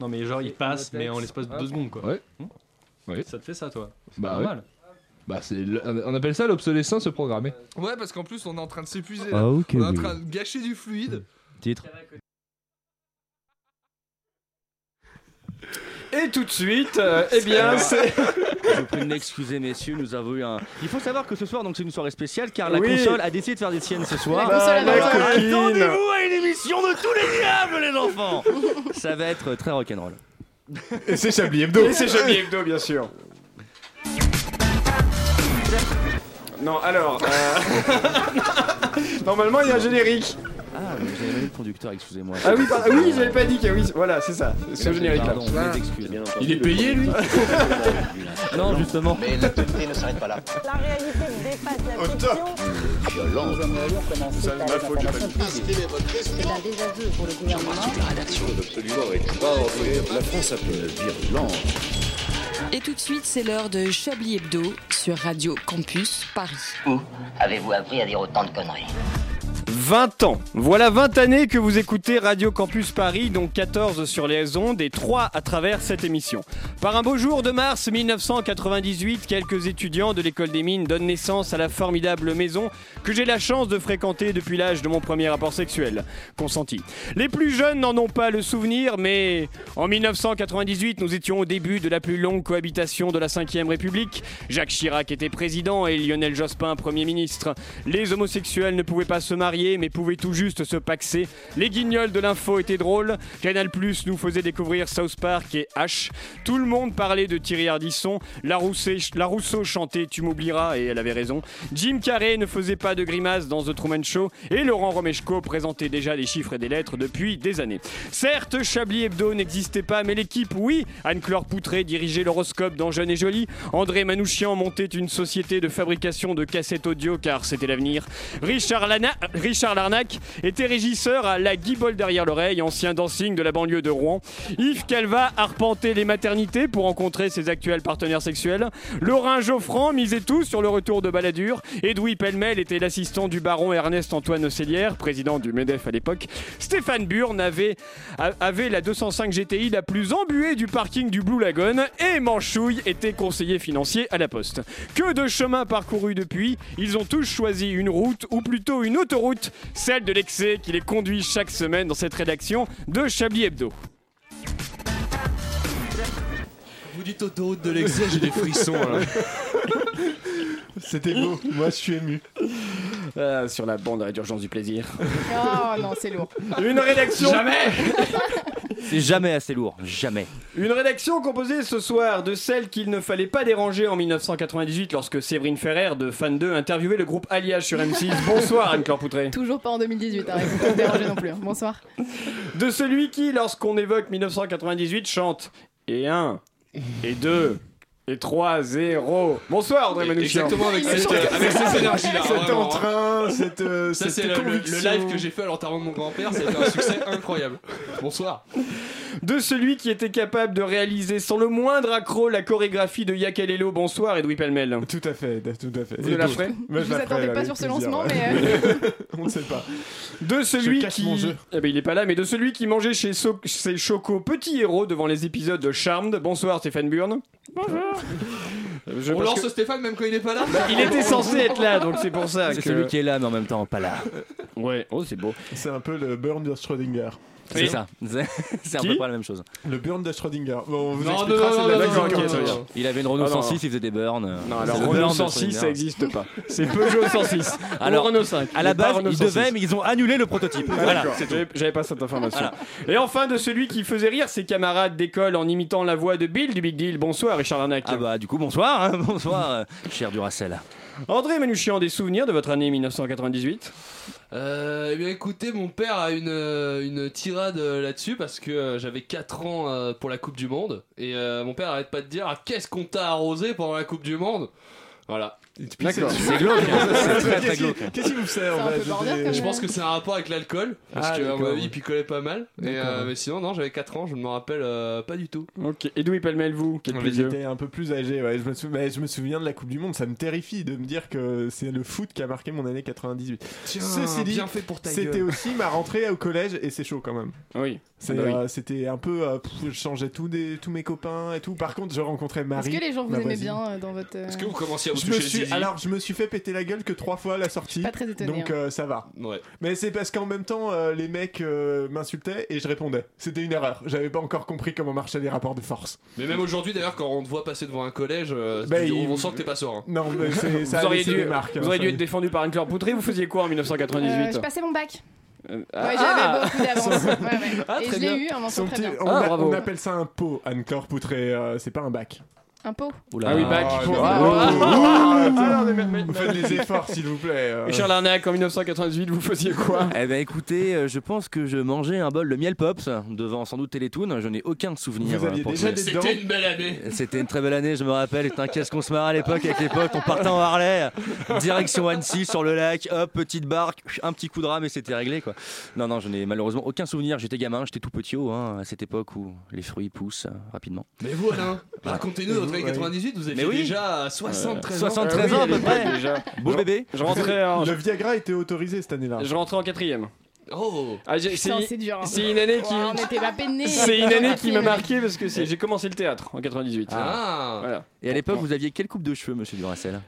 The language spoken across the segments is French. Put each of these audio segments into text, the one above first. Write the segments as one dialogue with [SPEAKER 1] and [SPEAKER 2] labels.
[SPEAKER 1] Non, mais genre,
[SPEAKER 2] Et
[SPEAKER 1] il passe,
[SPEAKER 2] un
[SPEAKER 1] mais en
[SPEAKER 2] latex.
[SPEAKER 1] l'espace de
[SPEAKER 2] Hop.
[SPEAKER 1] deux secondes, quoi.
[SPEAKER 3] Ouais.
[SPEAKER 1] Hmm
[SPEAKER 3] Ouais.
[SPEAKER 1] Ça te fait ça, toi C'est
[SPEAKER 3] Bah
[SPEAKER 1] pas
[SPEAKER 3] ouais.
[SPEAKER 1] mal.
[SPEAKER 3] Bah, c'est le- on appelle ça l'obsolescence programmée.
[SPEAKER 4] Ouais, parce qu'en plus, on est en train de s'épuiser. là.
[SPEAKER 5] Ah, ok.
[SPEAKER 4] On est en
[SPEAKER 5] oui.
[SPEAKER 4] train de gâcher du fluide.
[SPEAKER 5] Titre.
[SPEAKER 1] Et tout de suite, euh, eh bien,
[SPEAKER 6] Alors-
[SPEAKER 1] c'est.
[SPEAKER 6] Je vous prie de m'excuser, messieurs, nous avons eu un. Il faut savoir que ce soir, donc c'est une soirée spéciale car la
[SPEAKER 1] Oui. Ah, bah,
[SPEAKER 6] console a décidé de faire des siennes ce soir.
[SPEAKER 1] La console a
[SPEAKER 6] Voilà.
[SPEAKER 1] marché.
[SPEAKER 6] Attendez-vous à une émission de tous les diables, les enfants Ça va être très rock'n'roll.
[SPEAKER 3] Et c'est Chablis Hebdo.
[SPEAKER 1] Et c'est Chablis Hebdo, bien sûr. Non, alors. euh, Normalement, il y a un générique.
[SPEAKER 6] Ah, mais j'avais le conducteur, excusez-moi.
[SPEAKER 1] Ah oui, pardon. oui, j'avais pas dit que oui. Voilà, c'est ça. C'est le générique là.
[SPEAKER 6] Pardon, mes excuses.
[SPEAKER 3] Il est payé, lui
[SPEAKER 6] Non, justement.
[SPEAKER 7] Mais la teuteté ne s'arrête pas là.
[SPEAKER 8] La réalité dépasse la fiction. C'est un désaveu pour le gouvernement.
[SPEAKER 9] Et tout de suite, c'est l'heure de Chablis Hebdo sur Radio Campus Paris.
[SPEAKER 7] Où avez-vous appris à dire autant de conneries
[SPEAKER 1] 20 ans. Voilà 20 années que vous écoutez Radio Campus Paris, dont 14 sur les ondes et 3 à travers cette émission. Par un beau jour de mars 1998, quelques étudiants de l'école des mines donnent naissance à la formidable maison que j'ai la chance de fréquenter depuis l'âge de mon premier rapport sexuel, consenti. Les plus jeunes n'en ont pas le souvenir, mais en 1998, nous étions au début de la plus longue cohabitation de la 5ème République. Jacques Chirac était président et Lionel Jospin Premier ministre. Les homosexuels ne pouvaient pas se marier, mais pouvaient tout juste se paxer. Les guignols de l'info étaient drôles. Canal Plus nous faisait découvrir South Park et H. Tout le monde parlait de Thierry Ardisson. La, Roussée- la Rousseau chantait Tu m'oublieras, et elle avait raison. Jim Carrey ne faisait pas de grimaces dans The Truman Show. Et Laurent Romeshko présentait déjà des chiffres et des lettres depuis des années. Certes, Chablis Hebdo n'existait pas, mais l'équipe, oui. Anne-Claire Poutré dirigeait l'horoscope dans Jeune et Jolie. André Manouchian montait une société de fabrication de cassettes audio car c'était l'avenir. Richard, Lana- Richard Larnac était régisseur à La Guibole derrière l'oreille, ancien dancing de la banlieue de Rouen. Yves Calva arpentait les maternités pour rencontrer ses actuels partenaires sexuels. Laurent Geoffrand misait tout sur le retour de Balladur. Edoui Pellemel était l'assistant du baron Ernest-Antoine Cellière, président du MEDEF à l'époque. Stéphane Burn avait, a- avait la 205 GTI la plus embuée du parking du Blue Lagoon et Manchouille était conseiller financier à la Poste. Que de chemin parcouru depuis, ils ont tous choisi une route ou plutôt une autoroute, celle de l'excès qui les conduit chaque semaine dans cette rédaction de Chablis Hebdo.
[SPEAKER 4] Vous dites autoroute de l'excès, j'ai des frissons. là.
[SPEAKER 3] C'était beau. Moi, je suis ému.
[SPEAKER 1] Ah, sur la bande d'urgence du plaisir.
[SPEAKER 10] Oh non, c'est lourd.
[SPEAKER 1] Une rédaction
[SPEAKER 6] C'est jamais assez lourd. Jamais.
[SPEAKER 1] Une rédaction composée ce soir de celles qu'il ne fallait pas déranger en 1998 lorsque Séverine Ferrer de Fan 2 interviewait le groupe Alliage sur M6. Bonsoir Anne-Claire Poutré.
[SPEAKER 10] Toujours pas en 2018, hein, écoute, pas dérangé non plus. hein. Bonsoir.
[SPEAKER 1] De celui qui, lorsqu'on évoque 1998, chante et 1, et 2, et 3, 0. Bonsoir André Manouchian.
[SPEAKER 4] Exactement avec cette, avec ces énergies-là.
[SPEAKER 3] Cet
[SPEAKER 4] vraiment. hein.
[SPEAKER 3] entrain, cette, euh,
[SPEAKER 4] Ça,
[SPEAKER 3] cette
[SPEAKER 4] c'est le, le
[SPEAKER 3] conviction.
[SPEAKER 4] live que j'ai fait à l'enterrement de mon grand-père. C'était un succès incroyable. Bonsoir.
[SPEAKER 1] De celui qui était capable de réaliser sans le moindre accroc la chorégraphie de Yakalelo. Bonsoir Edoui Pelmel.
[SPEAKER 3] Tout à fait, tout à fait.
[SPEAKER 1] Vous ne la ferez
[SPEAKER 3] Moi, je
[SPEAKER 10] vous
[SPEAKER 3] la ferai,
[SPEAKER 10] attendez pas
[SPEAKER 3] avec
[SPEAKER 10] sur ce
[SPEAKER 3] plaisir,
[SPEAKER 10] lancement,
[SPEAKER 3] ouais.
[SPEAKER 10] mais euh,
[SPEAKER 3] On ne sait pas.
[SPEAKER 1] De celui
[SPEAKER 3] cache
[SPEAKER 1] qui.
[SPEAKER 3] mon jeu.
[SPEAKER 1] Eh ben, il est pas là, mais de celui qui mangeait chez, So- chez Choco Petit Héros devant les épisodes de Charmed. Bonsoir Stéphane Burn.
[SPEAKER 6] Euh,
[SPEAKER 1] Bonjour.
[SPEAKER 4] On lance Stéphane même quand il est pas là.
[SPEAKER 1] Il était censé être là, donc c'est pour ça
[SPEAKER 6] C'est
[SPEAKER 1] que.
[SPEAKER 6] celui qui est là, mais en même temps pas là.
[SPEAKER 1] Ouais, oh, c'est beau.
[SPEAKER 3] C'est un peu le burn de Schrödinger.
[SPEAKER 6] C'est ça. C'est- C'est à
[SPEAKER 1] Qui
[SPEAKER 6] peu près la même chose.
[SPEAKER 3] Le burn de Schrödinger. Bon, on vous
[SPEAKER 4] Non,
[SPEAKER 3] expliquera,
[SPEAKER 4] non,
[SPEAKER 3] c'est
[SPEAKER 4] non,
[SPEAKER 3] de la hein.
[SPEAKER 4] non,
[SPEAKER 3] musique
[SPEAKER 4] non,
[SPEAKER 3] quand
[SPEAKER 4] ok,
[SPEAKER 3] même.
[SPEAKER 4] ça va.
[SPEAKER 6] Il avait une Renault
[SPEAKER 1] Ah, non,
[SPEAKER 6] 106, il faisait des burns.
[SPEAKER 1] Non, alors
[SPEAKER 6] C'est le
[SPEAKER 1] Renault
[SPEAKER 6] burn de hein.
[SPEAKER 1] 106, ça
[SPEAKER 6] Schrödinger.
[SPEAKER 1] n'existe pas. C'est Peugeot 106.
[SPEAKER 6] Alors,
[SPEAKER 1] Ou Renault 5.
[SPEAKER 6] À la
[SPEAKER 1] mais pas
[SPEAKER 6] base,
[SPEAKER 1] Renault Ah,
[SPEAKER 6] ils
[SPEAKER 1] 106.
[SPEAKER 6] devaient, mais ils ont annulé le prototype. Voilà.
[SPEAKER 1] Voilà, j'avais- j'avais pas cette information. Et enfin, de celui qui faisait rire ses camarades d'école en imitant la voix de Bill du Big Deal. Bonsoir, Richard Larnac.
[SPEAKER 6] Ah bah du coup bonsoir, hein, bonsoir, euh, cher Duracell.
[SPEAKER 1] André Manouchian, des souvenirs de votre année 1998
[SPEAKER 4] Euh, eh bien écoutez, mon père a une, euh, une tirade euh, là-dessus parce que euh, j'avais 4 ans euh, pour la Coupe du Monde et euh, mon père arrête pas de dire Ah, qu'est-ce qu'on t'a arrosé pendant la Coupe du Monde Voilà.
[SPEAKER 3] Il te pissait
[SPEAKER 1] D'accord.
[SPEAKER 3] dessus.
[SPEAKER 1] C'est glauque. hein. C'est très très
[SPEAKER 3] Qu'est-ce
[SPEAKER 1] glauque.
[SPEAKER 3] qui- Qu'est-ce qui vous sert en
[SPEAKER 10] C'est un
[SPEAKER 3] fait
[SPEAKER 10] peu border,
[SPEAKER 3] J'étais-
[SPEAKER 10] quand
[SPEAKER 11] Je
[SPEAKER 10] même.
[SPEAKER 11] pense que c'est un rapport avec l'alcool, parce
[SPEAKER 3] Ah,
[SPEAKER 11] que euh, à mon
[SPEAKER 3] d'accord,
[SPEAKER 11] avis,
[SPEAKER 3] ouais.
[SPEAKER 11] il picolait pas mal. Et,
[SPEAKER 3] D'accord.
[SPEAKER 11] euh, mais sinon, non, j'avais 4 ans, je ne me rappelle euh, pas du tout.
[SPEAKER 1] Ok. Et d'où il palmel vous qui êtes plus vieux
[SPEAKER 3] J'étais un peu plus âgé, ouais. je, me sou- mais je me souviens de la Coupe du Monde, ça me terrifie de me dire que c'est le foot qui a marqué mon année 98.
[SPEAKER 11] Tiens,
[SPEAKER 3] Ceci dit,
[SPEAKER 11] bien fait pour ta
[SPEAKER 3] C'était
[SPEAKER 11] gueule.
[SPEAKER 3] aussi ma rentrée au collège et c'est chaud quand même.
[SPEAKER 1] Oui.
[SPEAKER 3] C'est,
[SPEAKER 1] Ah bah oui.
[SPEAKER 3] euh, C'était un peu, euh, pff, je changeais tous, des- tous mes copains et tout. Par contre, je rencontrais
[SPEAKER 10] Est-ce
[SPEAKER 3] Marie. bah,
[SPEAKER 10] que les gens vous
[SPEAKER 3] ma
[SPEAKER 10] aimaient
[SPEAKER 3] voisine.
[SPEAKER 10] bien euh, dans votre. euh,
[SPEAKER 11] Est-ce que vous commenciez à vous
[SPEAKER 3] Je me
[SPEAKER 11] toucher le
[SPEAKER 3] suis,
[SPEAKER 11] zizi
[SPEAKER 3] alors je me suis fait péter la gueule que trois fois à la sortie.
[SPEAKER 10] Pas très étonné.
[SPEAKER 3] Donc
[SPEAKER 10] hein.
[SPEAKER 3] euh, ça va.
[SPEAKER 11] Ouais.
[SPEAKER 3] Mais c'est parce qu'en même temps, euh, les mecs euh, m'insultaient et je répondais. C'était une erreur. J'avais pas encore compris comment marchaient les rapports de force.
[SPEAKER 11] Mais même aujourd'hui, d'ailleurs, quand on te voit passer devant un collège, euh,
[SPEAKER 3] Bah,
[SPEAKER 11] tu-
[SPEAKER 3] il-
[SPEAKER 11] on sent que t'es pas hein. serein.
[SPEAKER 3] Non, mais c'est- ça
[SPEAKER 1] Vous
[SPEAKER 3] a
[SPEAKER 1] auriez
[SPEAKER 3] laissé
[SPEAKER 1] dû-
[SPEAKER 3] des marques.
[SPEAKER 1] Vous
[SPEAKER 3] hein,
[SPEAKER 1] auriez dû
[SPEAKER 3] ça-
[SPEAKER 1] être défendu par Anne-Claire Poutry, vous faisiez quoi en
[SPEAKER 10] Euh,
[SPEAKER 1] 1998
[SPEAKER 10] je passais mon bac.
[SPEAKER 1] Euh, ah,
[SPEAKER 10] Ouais,
[SPEAKER 1] ah
[SPEAKER 10] j'avais beaucoup d'avance. Ouais, ouais.
[SPEAKER 1] Ah,
[SPEAKER 10] Et
[SPEAKER 1] très
[SPEAKER 10] je
[SPEAKER 1] bien.
[SPEAKER 10] l'ai eu, un mention
[SPEAKER 3] Son
[SPEAKER 10] très
[SPEAKER 3] petit-
[SPEAKER 10] bien.
[SPEAKER 3] on,
[SPEAKER 1] Ah,
[SPEAKER 3] a-
[SPEAKER 1] bravo.
[SPEAKER 3] on appelle ça un pot, Anne-Claire Poutré. euh, c'est pas un bac.
[SPEAKER 10] Un pot.
[SPEAKER 1] Ah oui, bac.
[SPEAKER 3] Ah,
[SPEAKER 1] Oh.
[SPEAKER 3] Vous faites des efforts, s'il vous plaît. euh.
[SPEAKER 1] Et Charles Arnac, en 1998, vous faisiez quoi
[SPEAKER 8] Eh ben écoutez, euh, je pense que je mangeais un bol de miel pops devant sans doute Télétoon. Je n'ai aucun souvenir.
[SPEAKER 3] Vous
[SPEAKER 8] euh,
[SPEAKER 3] aviez
[SPEAKER 8] pour
[SPEAKER 3] déjà
[SPEAKER 8] ce-
[SPEAKER 3] des dents.
[SPEAKER 11] C'était une belle année.
[SPEAKER 8] C'était une très belle année, je me rappelle. Putain, qu'est-ce qu'on se marrait à l'époque avec les potes. On partait en Harley, direction Annecy, sur le lac, hop, petite barque, un petit coup de rame et c'était réglé, quoi. Non, non, je n'ai malheureusement aucun souvenir. J'étais gamin, j'étais tout petit, oh, hein, à cette époque où les fruits poussent euh, rapidement.
[SPEAKER 11] Mais vous, Alain, racontez-nous, votre année
[SPEAKER 3] Ouais.
[SPEAKER 11] 98, vous étiez
[SPEAKER 8] Mais oui.
[SPEAKER 11] déjà à 73 ans. Ah
[SPEAKER 8] 73 ans, à peu près.
[SPEAKER 1] déjà.
[SPEAKER 8] Beau bébé.
[SPEAKER 1] Je rentrais en,
[SPEAKER 3] Le Viagra était autorisé cette année-là.
[SPEAKER 1] je rentrais en quatrième.
[SPEAKER 11] Oh
[SPEAKER 1] Ah, j'ai- c'est
[SPEAKER 10] Putain, C'est dur. hein.
[SPEAKER 1] c'est une année
[SPEAKER 10] Ouah,
[SPEAKER 1] qui,
[SPEAKER 10] On n'était pas peinés.
[SPEAKER 1] c'est une année qui m'a marqué parce que c'est- j'ai commencé le théâtre en 98.
[SPEAKER 11] Ah,
[SPEAKER 1] Voilà.
[SPEAKER 8] Et à l'époque, vous aviez quelle coupe de cheveux, monsieur Duracel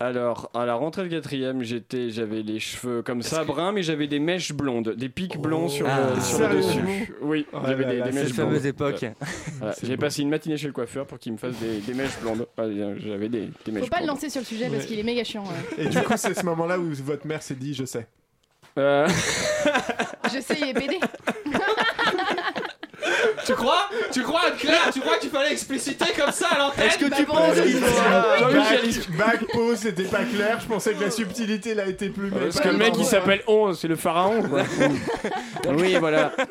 [SPEAKER 1] Alors, à la rentrée de quatrième, j'étais, j'avais les cheveux comme ça, bruns, mais j'avais des mèches blondes, des pics blonds sur, le-
[SPEAKER 8] Ah.
[SPEAKER 1] sur le
[SPEAKER 3] Sérieusement
[SPEAKER 1] dessus. Oui,
[SPEAKER 3] Oh
[SPEAKER 1] j'avais
[SPEAKER 3] là
[SPEAKER 1] des,
[SPEAKER 3] là,
[SPEAKER 1] des
[SPEAKER 3] cette
[SPEAKER 1] mèches
[SPEAKER 8] Cette
[SPEAKER 1] blondes.
[SPEAKER 8] fameuse époque.
[SPEAKER 1] Voilà,
[SPEAKER 3] C'est
[SPEAKER 1] J'ai
[SPEAKER 3] beau.
[SPEAKER 1] passé une matinée chez le coiffeur pour qu'il me fasse des, des mèches blondes. Ah, j'avais des, des mèches
[SPEAKER 10] Faut pas le
[SPEAKER 1] blondes.
[SPEAKER 10] lancer sur le sujet parce
[SPEAKER 3] Ouais.
[SPEAKER 10] qu'il est méga chiant. euh. ouais.
[SPEAKER 3] Et du coup, c'est ce moment-là où votre mère s'est dit Je sais.
[SPEAKER 1] Euh,
[SPEAKER 10] Je sais, il est pédé.
[SPEAKER 11] Tu crois Tu crois, Claire Tu crois qu'il fallait expliciter comme ça à l'antenne
[SPEAKER 8] Est-ce que
[SPEAKER 10] Bah,
[SPEAKER 8] tu
[SPEAKER 10] bon,
[SPEAKER 8] penses
[SPEAKER 10] je-
[SPEAKER 8] qu'il
[SPEAKER 2] bah,
[SPEAKER 8] faut-
[SPEAKER 3] Bac, bac pause, c'était pas clair. Je pensais que la subtilité là était plus. mais
[SPEAKER 1] Ah, parce
[SPEAKER 3] pas
[SPEAKER 1] que le mec
[SPEAKER 3] vraiment.
[SPEAKER 1] il s'appelle 11, c'est le pharaon. quoi. oui, voilà.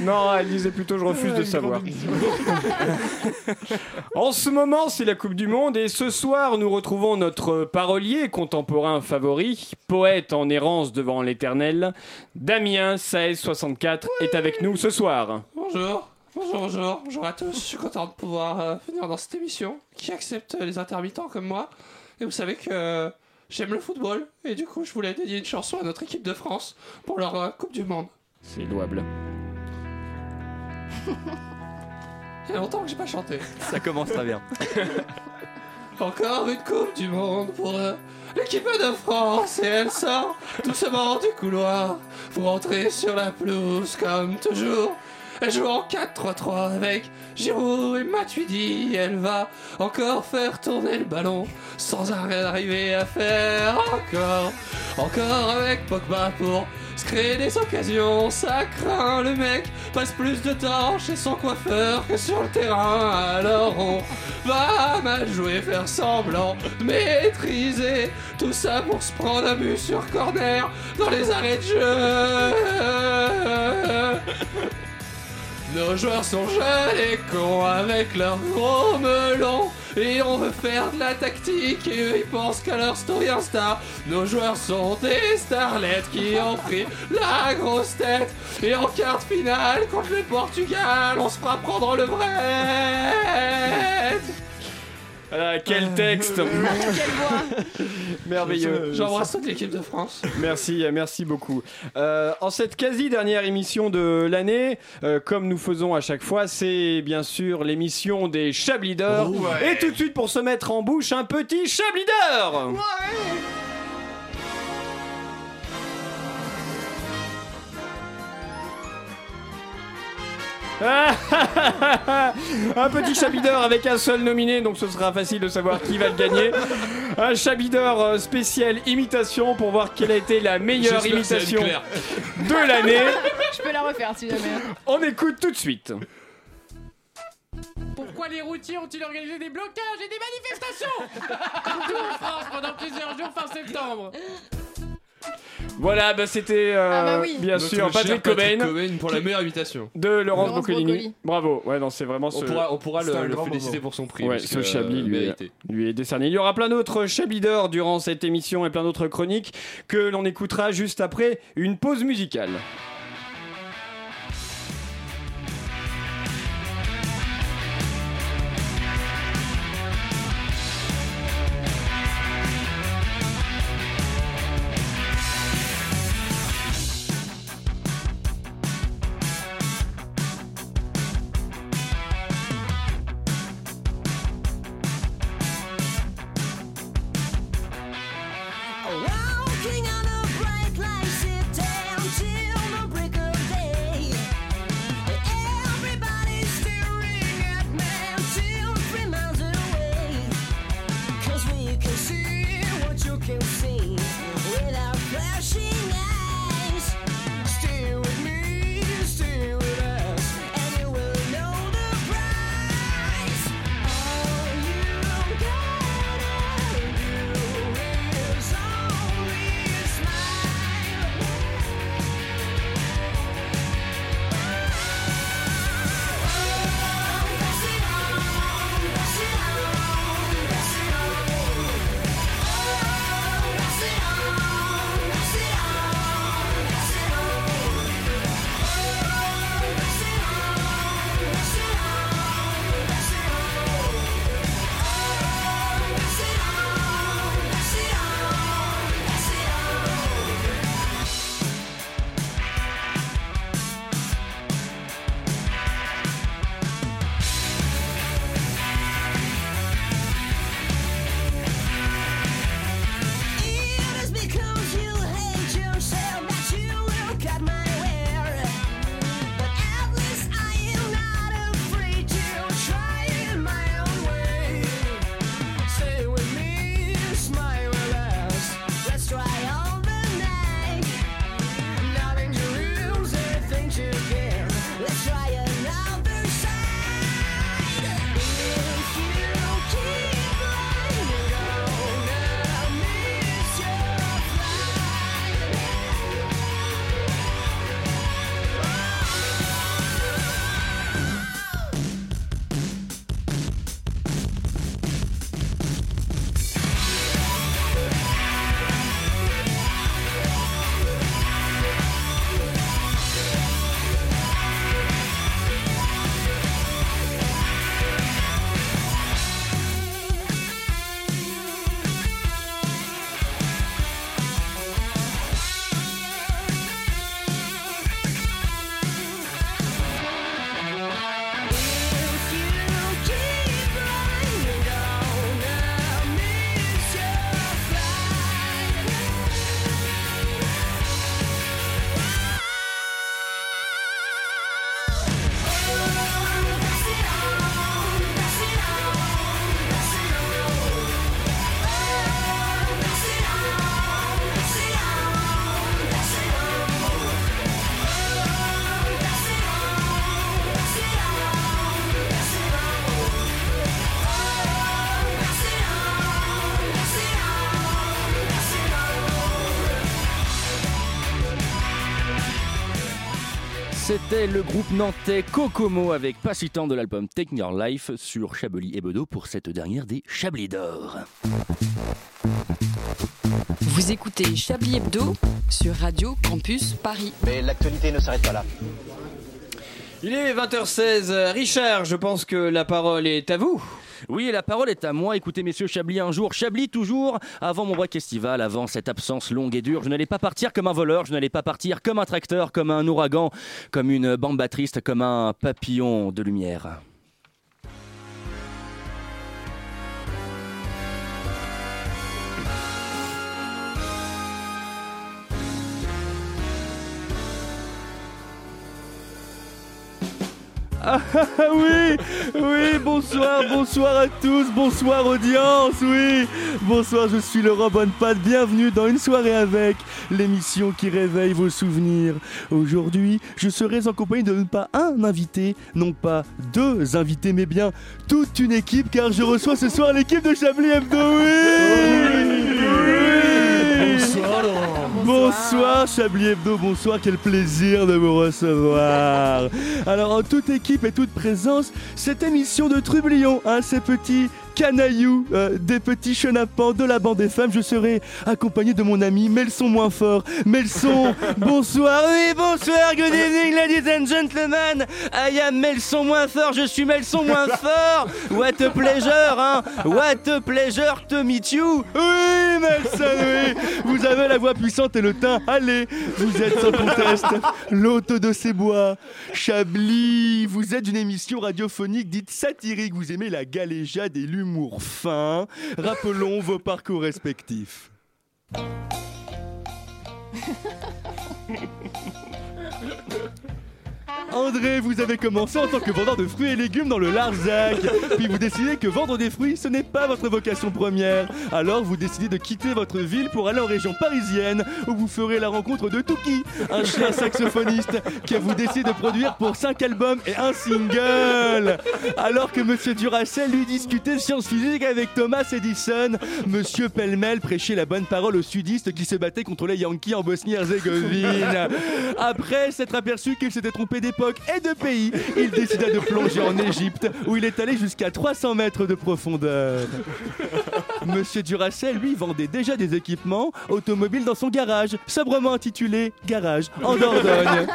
[SPEAKER 1] Non, elle disait plutôt je refuse de
[SPEAKER 3] Une grande
[SPEAKER 1] savoir.
[SPEAKER 3] émission.
[SPEAKER 1] En ce moment, c'est la Coupe du Monde et ce soir, nous retrouvons notre parolier contemporain favori, poète en errance devant l'éternel, Damien 1664 est avec nous ce soir.
[SPEAKER 11] Bonjour, bonjour, bonjour, bonjour à tous. Je suis content de pouvoir euh, venir dans cette émission qui accepte euh, les intermittents comme moi. Et vous savez que euh, j'aime le football et du coup je voulais dédier une chanson à notre équipe de France pour leur euh, Coupe du Monde.
[SPEAKER 1] C'est louable.
[SPEAKER 11] Il y a longtemps que j'ai pas chanté.
[SPEAKER 8] Ça commence très bien.
[SPEAKER 11] Encore une Coupe du Monde pour euh, l'équipe de France et elle sort doucement du couloir pour entrer sur la pelouse comme toujours. Elle joue en 4-3-3 avec Giroud et Matuidi. Elle va encore faire tourner le ballon sans arrêt arriver à faire encore. Encore avec Pogba pour se créer des occasions. Ça craint, le mec passe plus de temps chez son coiffeur que sur le terrain. Alors on va mal jouer, faire semblant, de maîtriser tout ça pour se prendre un but sur corner dans les arrêts de jeu. Nos joueurs sont jeunes et cons avec leurs gros melons Et on veut faire de la tactique et eux ils pensent qu'à leur story Insta Nos joueurs sont des starlets qui ont pris la grosse tête Et en quart de finale contre le Portugal on se fera prendre le vrai
[SPEAKER 1] Ah, quel texte
[SPEAKER 10] Quelle voix.
[SPEAKER 1] Merveilleux.
[SPEAKER 11] J'embrasse toute l'équipe de France
[SPEAKER 1] Merci, merci beaucoup. Euh, en cette quasi dernière émission de l'année, euh, comme nous faisons à chaque fois, c'est bien sûr l'émission des Chab Leaders. Et tout de suite, pour se mettre en bouche, un petit Chab Leader Ah, ah, ah, ah. un petit chabideur avec un seul nominé, donc ce sera facile de savoir qui va le gagner. Un chabideur euh, spécial imitation pour voir quelle a été la meilleure imitation de l'année.
[SPEAKER 10] Je peux la refaire si jamais.
[SPEAKER 1] On écoute tout de suite.
[SPEAKER 2] Pourquoi les routiers ont-ils organisé des blocages et des manifestations Partout en France pendant plusieurs jours fin septembre
[SPEAKER 1] Voilà, bah, c'était euh,
[SPEAKER 10] Ah bah oui.
[SPEAKER 1] bien
[SPEAKER 11] Notre
[SPEAKER 1] sûr
[SPEAKER 11] cher
[SPEAKER 1] Patrick Cobain
[SPEAKER 11] Cobain pour la meilleure imitation.
[SPEAKER 1] de Laurence
[SPEAKER 10] Laurence
[SPEAKER 1] Boccolini.
[SPEAKER 10] Broccoli.
[SPEAKER 1] Bravo, ouais, non, c'est vraiment
[SPEAKER 11] On
[SPEAKER 1] ce-
[SPEAKER 11] pourra, on pourra
[SPEAKER 3] c'est un
[SPEAKER 11] le, le
[SPEAKER 3] grand
[SPEAKER 11] féliciter
[SPEAKER 3] moment.
[SPEAKER 11] pour son prix.
[SPEAKER 1] Ouais,
[SPEAKER 11] parce
[SPEAKER 1] ce
[SPEAKER 11] que,
[SPEAKER 1] Chablis,
[SPEAKER 11] euh,
[SPEAKER 1] lui,
[SPEAKER 11] mérité.
[SPEAKER 1] lui est décerné. Il y aura plein d'autres Chablis d'or durant cette émission et plein d'autres chroniques que l'on écoutera juste après une pause musicale.
[SPEAKER 12] Walking on a bright light, sit down till the break of day. Everybody's staring at me till three miles away. 'Cause we can see what you can see without flashing eyes. Stay with me, stay with us, and you will know the price. All you gotta do is only smile. It is because you hate yourself that you will cut my hair. But at least I am not afraid to try it my own way. Stay with me, smile with us. Let's try all the night. Nothing to lose, everything to gain. Let's try another side. If you keep lying, gonna miss your flight. If you keep lying, you're gonna miss your flight.
[SPEAKER 8] C'était le groupe nantais Kokomo avec Pas si temps de l'album Take Your Life sur Chablis et Bedeau pour cette dernière des Chablis d'or.
[SPEAKER 9] Vous écoutez Chablis Hebdo sur Radio Campus Paris.
[SPEAKER 13] Mais l'actualité ne s'arrête pas là.
[SPEAKER 1] Il est 20h16. Euh, Richard, je pense que la parole est à vous.
[SPEAKER 8] Oui, et la parole est à moi. Écoutez, messieurs, Chablis un jour, Chablis toujours. Avant mon break estival, avant cette absence longue et dure, je n'allais pas partir comme un voleur, je n'allais pas partir comme un tracteur, comme un ouragan, comme une bamba triste, comme un papillon de lumière. Ah oui, oui, bonsoir, bonsoir à tous, bonsoir audience, oui, bonsoir, je suis le Rob on Pad, bienvenue dans Une soirée avec, l'émission qui réveille vos souvenirs. Aujourd'hui, je serai en compagnie de non pas un invité, non pas deux invités, mais bien toute une équipe, car je reçois ce soir l'équipe de Chablis Hebdo, oui, oui,
[SPEAKER 3] Bonsoir, Laurent.
[SPEAKER 8] Bonsoir, Bonsoir Chablis Hebdo, bonsoir, quel plaisir de vous recevoir. Alors en toute équipe et toute présence, cette émission de Trublion, hein, ces petits canailloux, euh, des petits chenapans de la bande des femmes, je serai accompagné de mon ami Melson moins fort. Melson, bonsoir, oui bonsoir, good evening ladies and gentlemen, I am Melson moins fort, je suis Melson moins fort, what a pleasure, hein, what a pleasure to meet you, oui Melson, oui, vous avez la voix puissante et le teint, allez, vous êtes sans conteste l'hôte de ces bois, Chablis, vous êtes une émission radiophonique dite satirique, vous aimez la galéjade et l'humour fin, rappelons vos parcours respectifs. André, vous avez commencé en tant que vendeur de fruits et légumes dans le Larzac. Puis vous décidez que vendre des fruits, ce n'est pas votre vocation première. Alors vous décidez de quitter votre ville pour aller en région parisienne, où vous ferez la rencontre de Touki, un chien saxophoniste, qui a vous décidé de produire pour 5 albums et un single. Alors que Monsieur Duracell lui discutait sciences physiques avec Thomas Edison, Monsieur Pellemel prêchait la bonne parole aux sudistes qui se battaient contre les Yankees en Bosnie-Herzégovine. Après s'être aperçu qu'il s'était trompé d'époque et de pays, il décida de plonger en Égypte, où il est allé jusqu'à 300 mètres de profondeur. Monsieur Duracell, lui, vendait déjà des équipements automobiles dans son garage, sobrement intitulé Garage en Dordogne.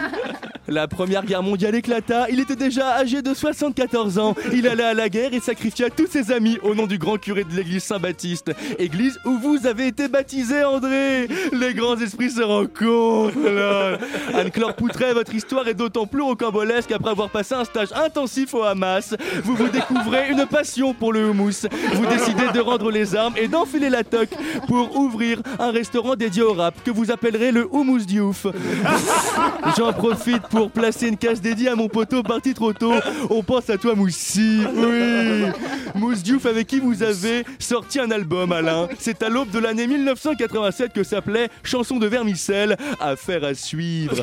[SPEAKER 8] La première guerre mondiale éclata, il était déjà âgé de 74 ans. Il alla à la guerre et sacrifia tous ses amis au nom du grand curé de l'église Saint-Baptiste. Église où vous avez été baptisé, André Les grands esprits se rencontrent, lol. Anne-Claire Poutret, votre histoire est d'autant plus rocambolesque après avoir passé un stage intensif au Hamas. Vous vous découvrez une passion pour le houmous. Vous décidez de rendre les armes et d'enfiler la toque pour ouvrir un restaurant dédié au rap que vous appellerez le Houmous Diouf. J'en profite pour placer une case dédiée à mon poteau parti trop tôt. On pense à toi, Moussi. Oui. Mousse Diouf, avec qui vous avez sorti un album, Alain. C'est à l'aube de l'année 1987 que s'appelait Chanson de Vermicelle. Affaire à suivre.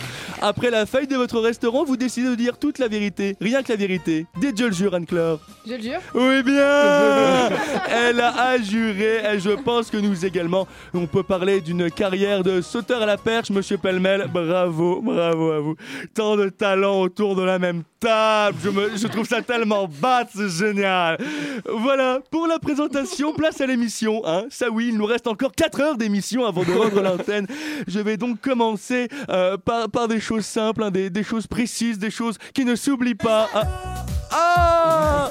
[SPEAKER 8] Après la feuille de votre restaurant, vous décidez de dire toute la vérité, rien que la vérité. Dès Dieu le jure, Anne-Claire.
[SPEAKER 10] Je le jure.
[SPEAKER 8] Oui bien Elle a juré et je pense que nous également, on peut parler d'une carrière de sauteur à la perche, monsieur Pellemel. Bravo, bravo à vous. Tant de talents autour de la même table. Je, me- je trouve ça tellement bad, c'est génial. Voilà, pour la présentation, place à l'émission. Hein. Ça oui, il nous reste encore 4 heures d'émission avant de rendre l'antenne. Je vais donc commencer euh, par, par des choses simples, hein, des, des choses précises, des choses qui ne s'oublient pas. Ah. Ah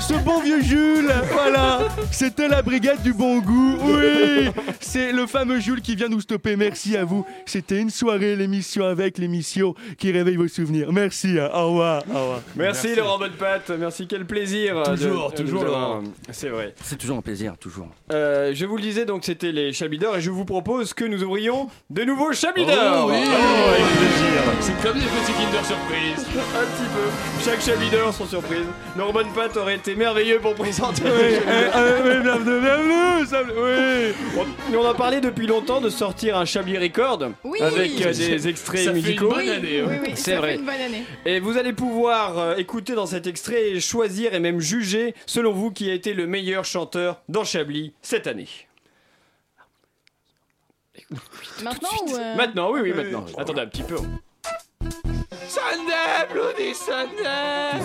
[SPEAKER 8] ce bon vieux Jules, voilà, c'était la brigade du bon goût, oui C'est le fameux Jules qui vient nous stopper, merci à vous. C'était une soirée, l'émission avec l'émission qui réveille vos souvenirs. Merci, hein. au revoir, au revoir.
[SPEAKER 1] Merci, Laurent Bonnepatte, merci, quel plaisir.
[SPEAKER 11] Toujours, toujours,
[SPEAKER 1] nous avoir-
[SPEAKER 11] Laurent.
[SPEAKER 1] C'est vrai.
[SPEAKER 8] C'est toujours un plaisir, toujours.
[SPEAKER 1] Euh, je vous le disais, donc c'était les Chabidors et je vous propose que nous ouvrions de nouveaux Chabidors.
[SPEAKER 11] Oh oui.
[SPEAKER 1] Oh, avec plaisir.
[SPEAKER 2] C'est comme des petits Kinder Surprise.
[SPEAKER 1] Un petit peu. Chaque Chabidor sont surprise. Laurent Bonnepatte aurait été merveilleux pour présenter.
[SPEAKER 8] Oui, eh,
[SPEAKER 2] Euh,
[SPEAKER 8] eh, oui, bienvenue, bienvenue, ça- oui.
[SPEAKER 1] On, on en parlait depuis longtemps de sortir un Chablis Record
[SPEAKER 10] Oui.
[SPEAKER 1] avec euh,
[SPEAKER 10] Ça
[SPEAKER 1] des extraits
[SPEAKER 2] Ça fait une
[SPEAKER 1] musicaux.
[SPEAKER 2] bonne année,
[SPEAKER 10] Oui,
[SPEAKER 2] hein.
[SPEAKER 10] oui,
[SPEAKER 1] C'est
[SPEAKER 10] ça
[SPEAKER 1] vrai.
[SPEAKER 10] fait une bonne année.
[SPEAKER 1] Et vous allez pouvoir euh, écouter dans cet extrait et choisir et même juger, selon vous, qui a été le meilleur chanteur dans Chablis cette année.
[SPEAKER 10] Maintenant ou euh,
[SPEAKER 1] Maintenant, oui, oui, maintenant. Attendez un petit peu.
[SPEAKER 11] Sunday, Bloody Sunday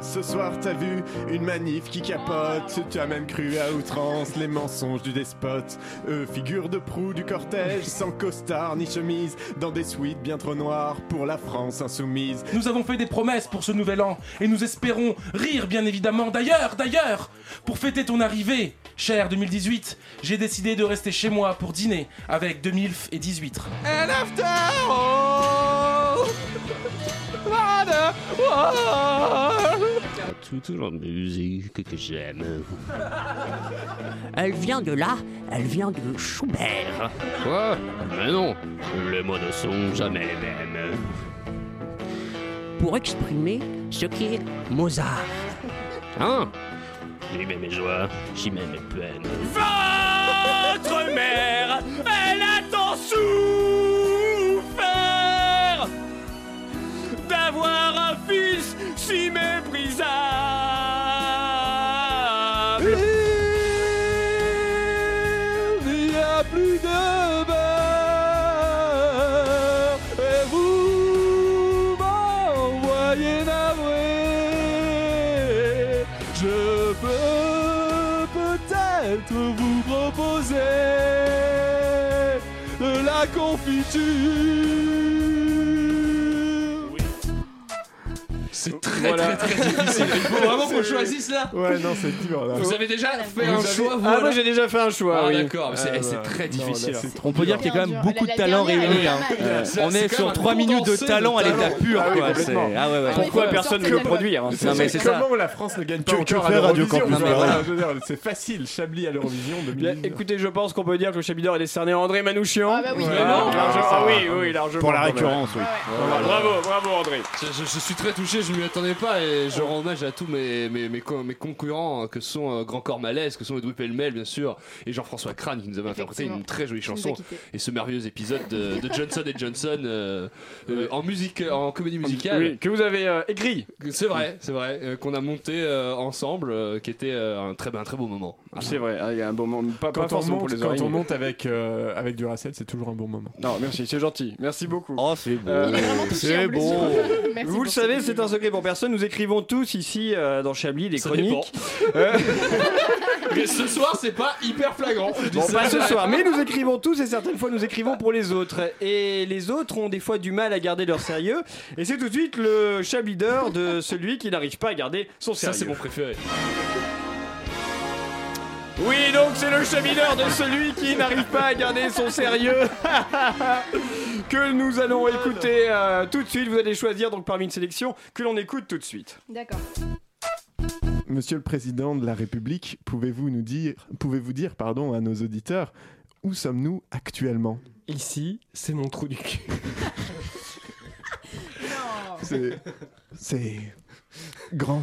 [SPEAKER 3] Ce soir, t'as vu une manif qui capote. Tu as même cru à outrance les mensonges du despote. Eux, figure de proue du cortège, sans costard ni chemise, dans des suites bien trop noires pour la France insoumise.
[SPEAKER 2] Nous avons fait des promesses pour ce nouvel an et nous espérons rire bien évidemment d'ailleurs, d'ailleurs. Pour fêter ton arrivée, cher 2018, j'ai décidé de rester chez moi pour dîner avec 2000 et 18.
[SPEAKER 11] And after all, what a world.
[SPEAKER 5] Elle vient de là, elle vient de Schubert.
[SPEAKER 6] Quoi Mais non, les mots ne sont jamais les mêmes.
[SPEAKER 5] Pour exprimer ce qu'est Mozart.
[SPEAKER 6] Hein J'y mets mes joies, j'y mets mes peines.
[SPEAKER 8] Votre mère, elle a tant souffert d'avoir un fils si méprisable. Il n'y a plus de bain
[SPEAKER 4] je peux peut-être vous proposer de la confiture.
[SPEAKER 2] C'est très très très difficile. Il faut vraiment qu'on choisisse là.
[SPEAKER 3] Ouais, non, c'est
[SPEAKER 1] Oh, bah,
[SPEAKER 3] dur là.
[SPEAKER 2] Vous avez déjà fait
[SPEAKER 3] Vous
[SPEAKER 2] un
[SPEAKER 3] avez-
[SPEAKER 2] choix,
[SPEAKER 3] Ah,
[SPEAKER 2] vous
[SPEAKER 3] moi,
[SPEAKER 2] alors
[SPEAKER 3] j'ai déjà fait un choix,
[SPEAKER 2] Ah,
[SPEAKER 3] oui.
[SPEAKER 2] d'accord, mais c'est
[SPEAKER 1] eh,
[SPEAKER 3] Ah,
[SPEAKER 2] c'est
[SPEAKER 3] bah,
[SPEAKER 2] très
[SPEAKER 3] non, là,
[SPEAKER 2] difficile.
[SPEAKER 3] c'est trop
[SPEAKER 8] On peut dire qu'il y a quand même beaucoup de talent réuni. hein. Euh,
[SPEAKER 2] C'est-
[SPEAKER 8] On
[SPEAKER 2] c'est
[SPEAKER 8] est
[SPEAKER 2] quand
[SPEAKER 8] sur
[SPEAKER 2] même
[SPEAKER 8] 3
[SPEAKER 2] un
[SPEAKER 8] minutes de
[SPEAKER 2] condensé
[SPEAKER 8] talent à l'état
[SPEAKER 3] talent.
[SPEAKER 8] pur.
[SPEAKER 3] Ah oui,
[SPEAKER 8] quoi, c'est-
[SPEAKER 3] complètement.
[SPEAKER 8] ah ouais, ouais.
[SPEAKER 3] Pourquoi personne ne le produit hein
[SPEAKER 8] Non, mais c'est ça.
[SPEAKER 3] Comment la France ne gagne pas
[SPEAKER 8] Que- que
[SPEAKER 3] encore à
[SPEAKER 8] fait Radio
[SPEAKER 3] l'Eurovision
[SPEAKER 8] Campus
[SPEAKER 3] je veux dire,
[SPEAKER 8] Paris
[SPEAKER 3] voilà, je veux dire, C'est facile, Chablis à l'Eurovision 2019.
[SPEAKER 1] Écoutez, je pense qu'on peut dire que le Chablis d'or est décerné à André Manouchian. Ah,
[SPEAKER 4] bah
[SPEAKER 3] oui. Mais non.
[SPEAKER 1] ah oui, oui, largement.
[SPEAKER 3] Pour la
[SPEAKER 1] quand même.
[SPEAKER 3] récurrence, oui.
[SPEAKER 1] Ah, Bravo, bravo André.
[SPEAKER 11] Je, je- je suis très touché, je ne m'y attendais pas et je rends hommage à tous mes, mes, mes, co- mes concurrents hein, que sont euh, Grand Corps Malaise, que sont Edoui Pellemel bien sûr, et Jean-François Crane qui nous avait interprété une très jolie
[SPEAKER 7] Qui nous a
[SPEAKER 11] chanson
[SPEAKER 7] quittés.
[SPEAKER 11] et ce merveilleux épisode de, de Johnson et Johnson euh, euh, en musique, euh, en comédie musicale.
[SPEAKER 1] Oui, que vous avez euh, écrit.
[SPEAKER 11] C'est vrai, c'est vrai, euh, qu'on a monté euh, ensemble, euh, qui était euh, un, très, un très beau moment.
[SPEAKER 1] C'est vrai, il y a un bon moment, pas,
[SPEAKER 3] Quand on
[SPEAKER 1] forcément
[SPEAKER 3] monte,
[SPEAKER 1] pour les
[SPEAKER 3] quand
[SPEAKER 1] oreilles,
[SPEAKER 3] on
[SPEAKER 1] mais-
[SPEAKER 3] monte avec, euh, avec du Racel, c'est toujours un bon moment.
[SPEAKER 1] Non, merci, c'est gentil. Merci beaucoup.
[SPEAKER 8] Oh, c'est
[SPEAKER 1] bon.
[SPEAKER 3] Il est vraiment touché, en
[SPEAKER 1] c'est
[SPEAKER 3] plus.
[SPEAKER 1] bon.
[SPEAKER 3] Merci
[SPEAKER 1] Vous
[SPEAKER 3] pour
[SPEAKER 1] le
[SPEAKER 3] ce
[SPEAKER 1] savez, c'est un secret pour personne. Nous écrivons tous ici euh, dans Chablis des
[SPEAKER 11] Ça
[SPEAKER 1] chroniques.
[SPEAKER 11] Mais ce soir, c'est pas hyper flagrant. je dis
[SPEAKER 1] Bon,
[SPEAKER 11] ça.
[SPEAKER 1] pas ce soir, mais nous écrivons tous et certaines fois nous écrivons pour les autres. Et les autres ont des fois du mal à garder leur sérieux. Et c'est tout de suite le Chablis d'or de celui qui n'arrive pas à garder son
[SPEAKER 11] Ça,
[SPEAKER 1] sérieux.
[SPEAKER 11] c'est mon préféré.
[SPEAKER 1] Oui, donc c'est le chemineur de celui qui n'arrive pas à garder son sérieux que nous allons écouter euh, tout de suite. Vous allez choisir donc parmi une sélection que l'on écoute tout de suite.
[SPEAKER 10] D'accord.
[SPEAKER 3] Monsieur le Président de la République, pouvez-vous nous dire, pouvez-vous dire pardon, à nos auditeurs où sommes-nous actuellement
[SPEAKER 7] Ici, c'est mon trou du cul.
[SPEAKER 3] C'est. C'est. grand.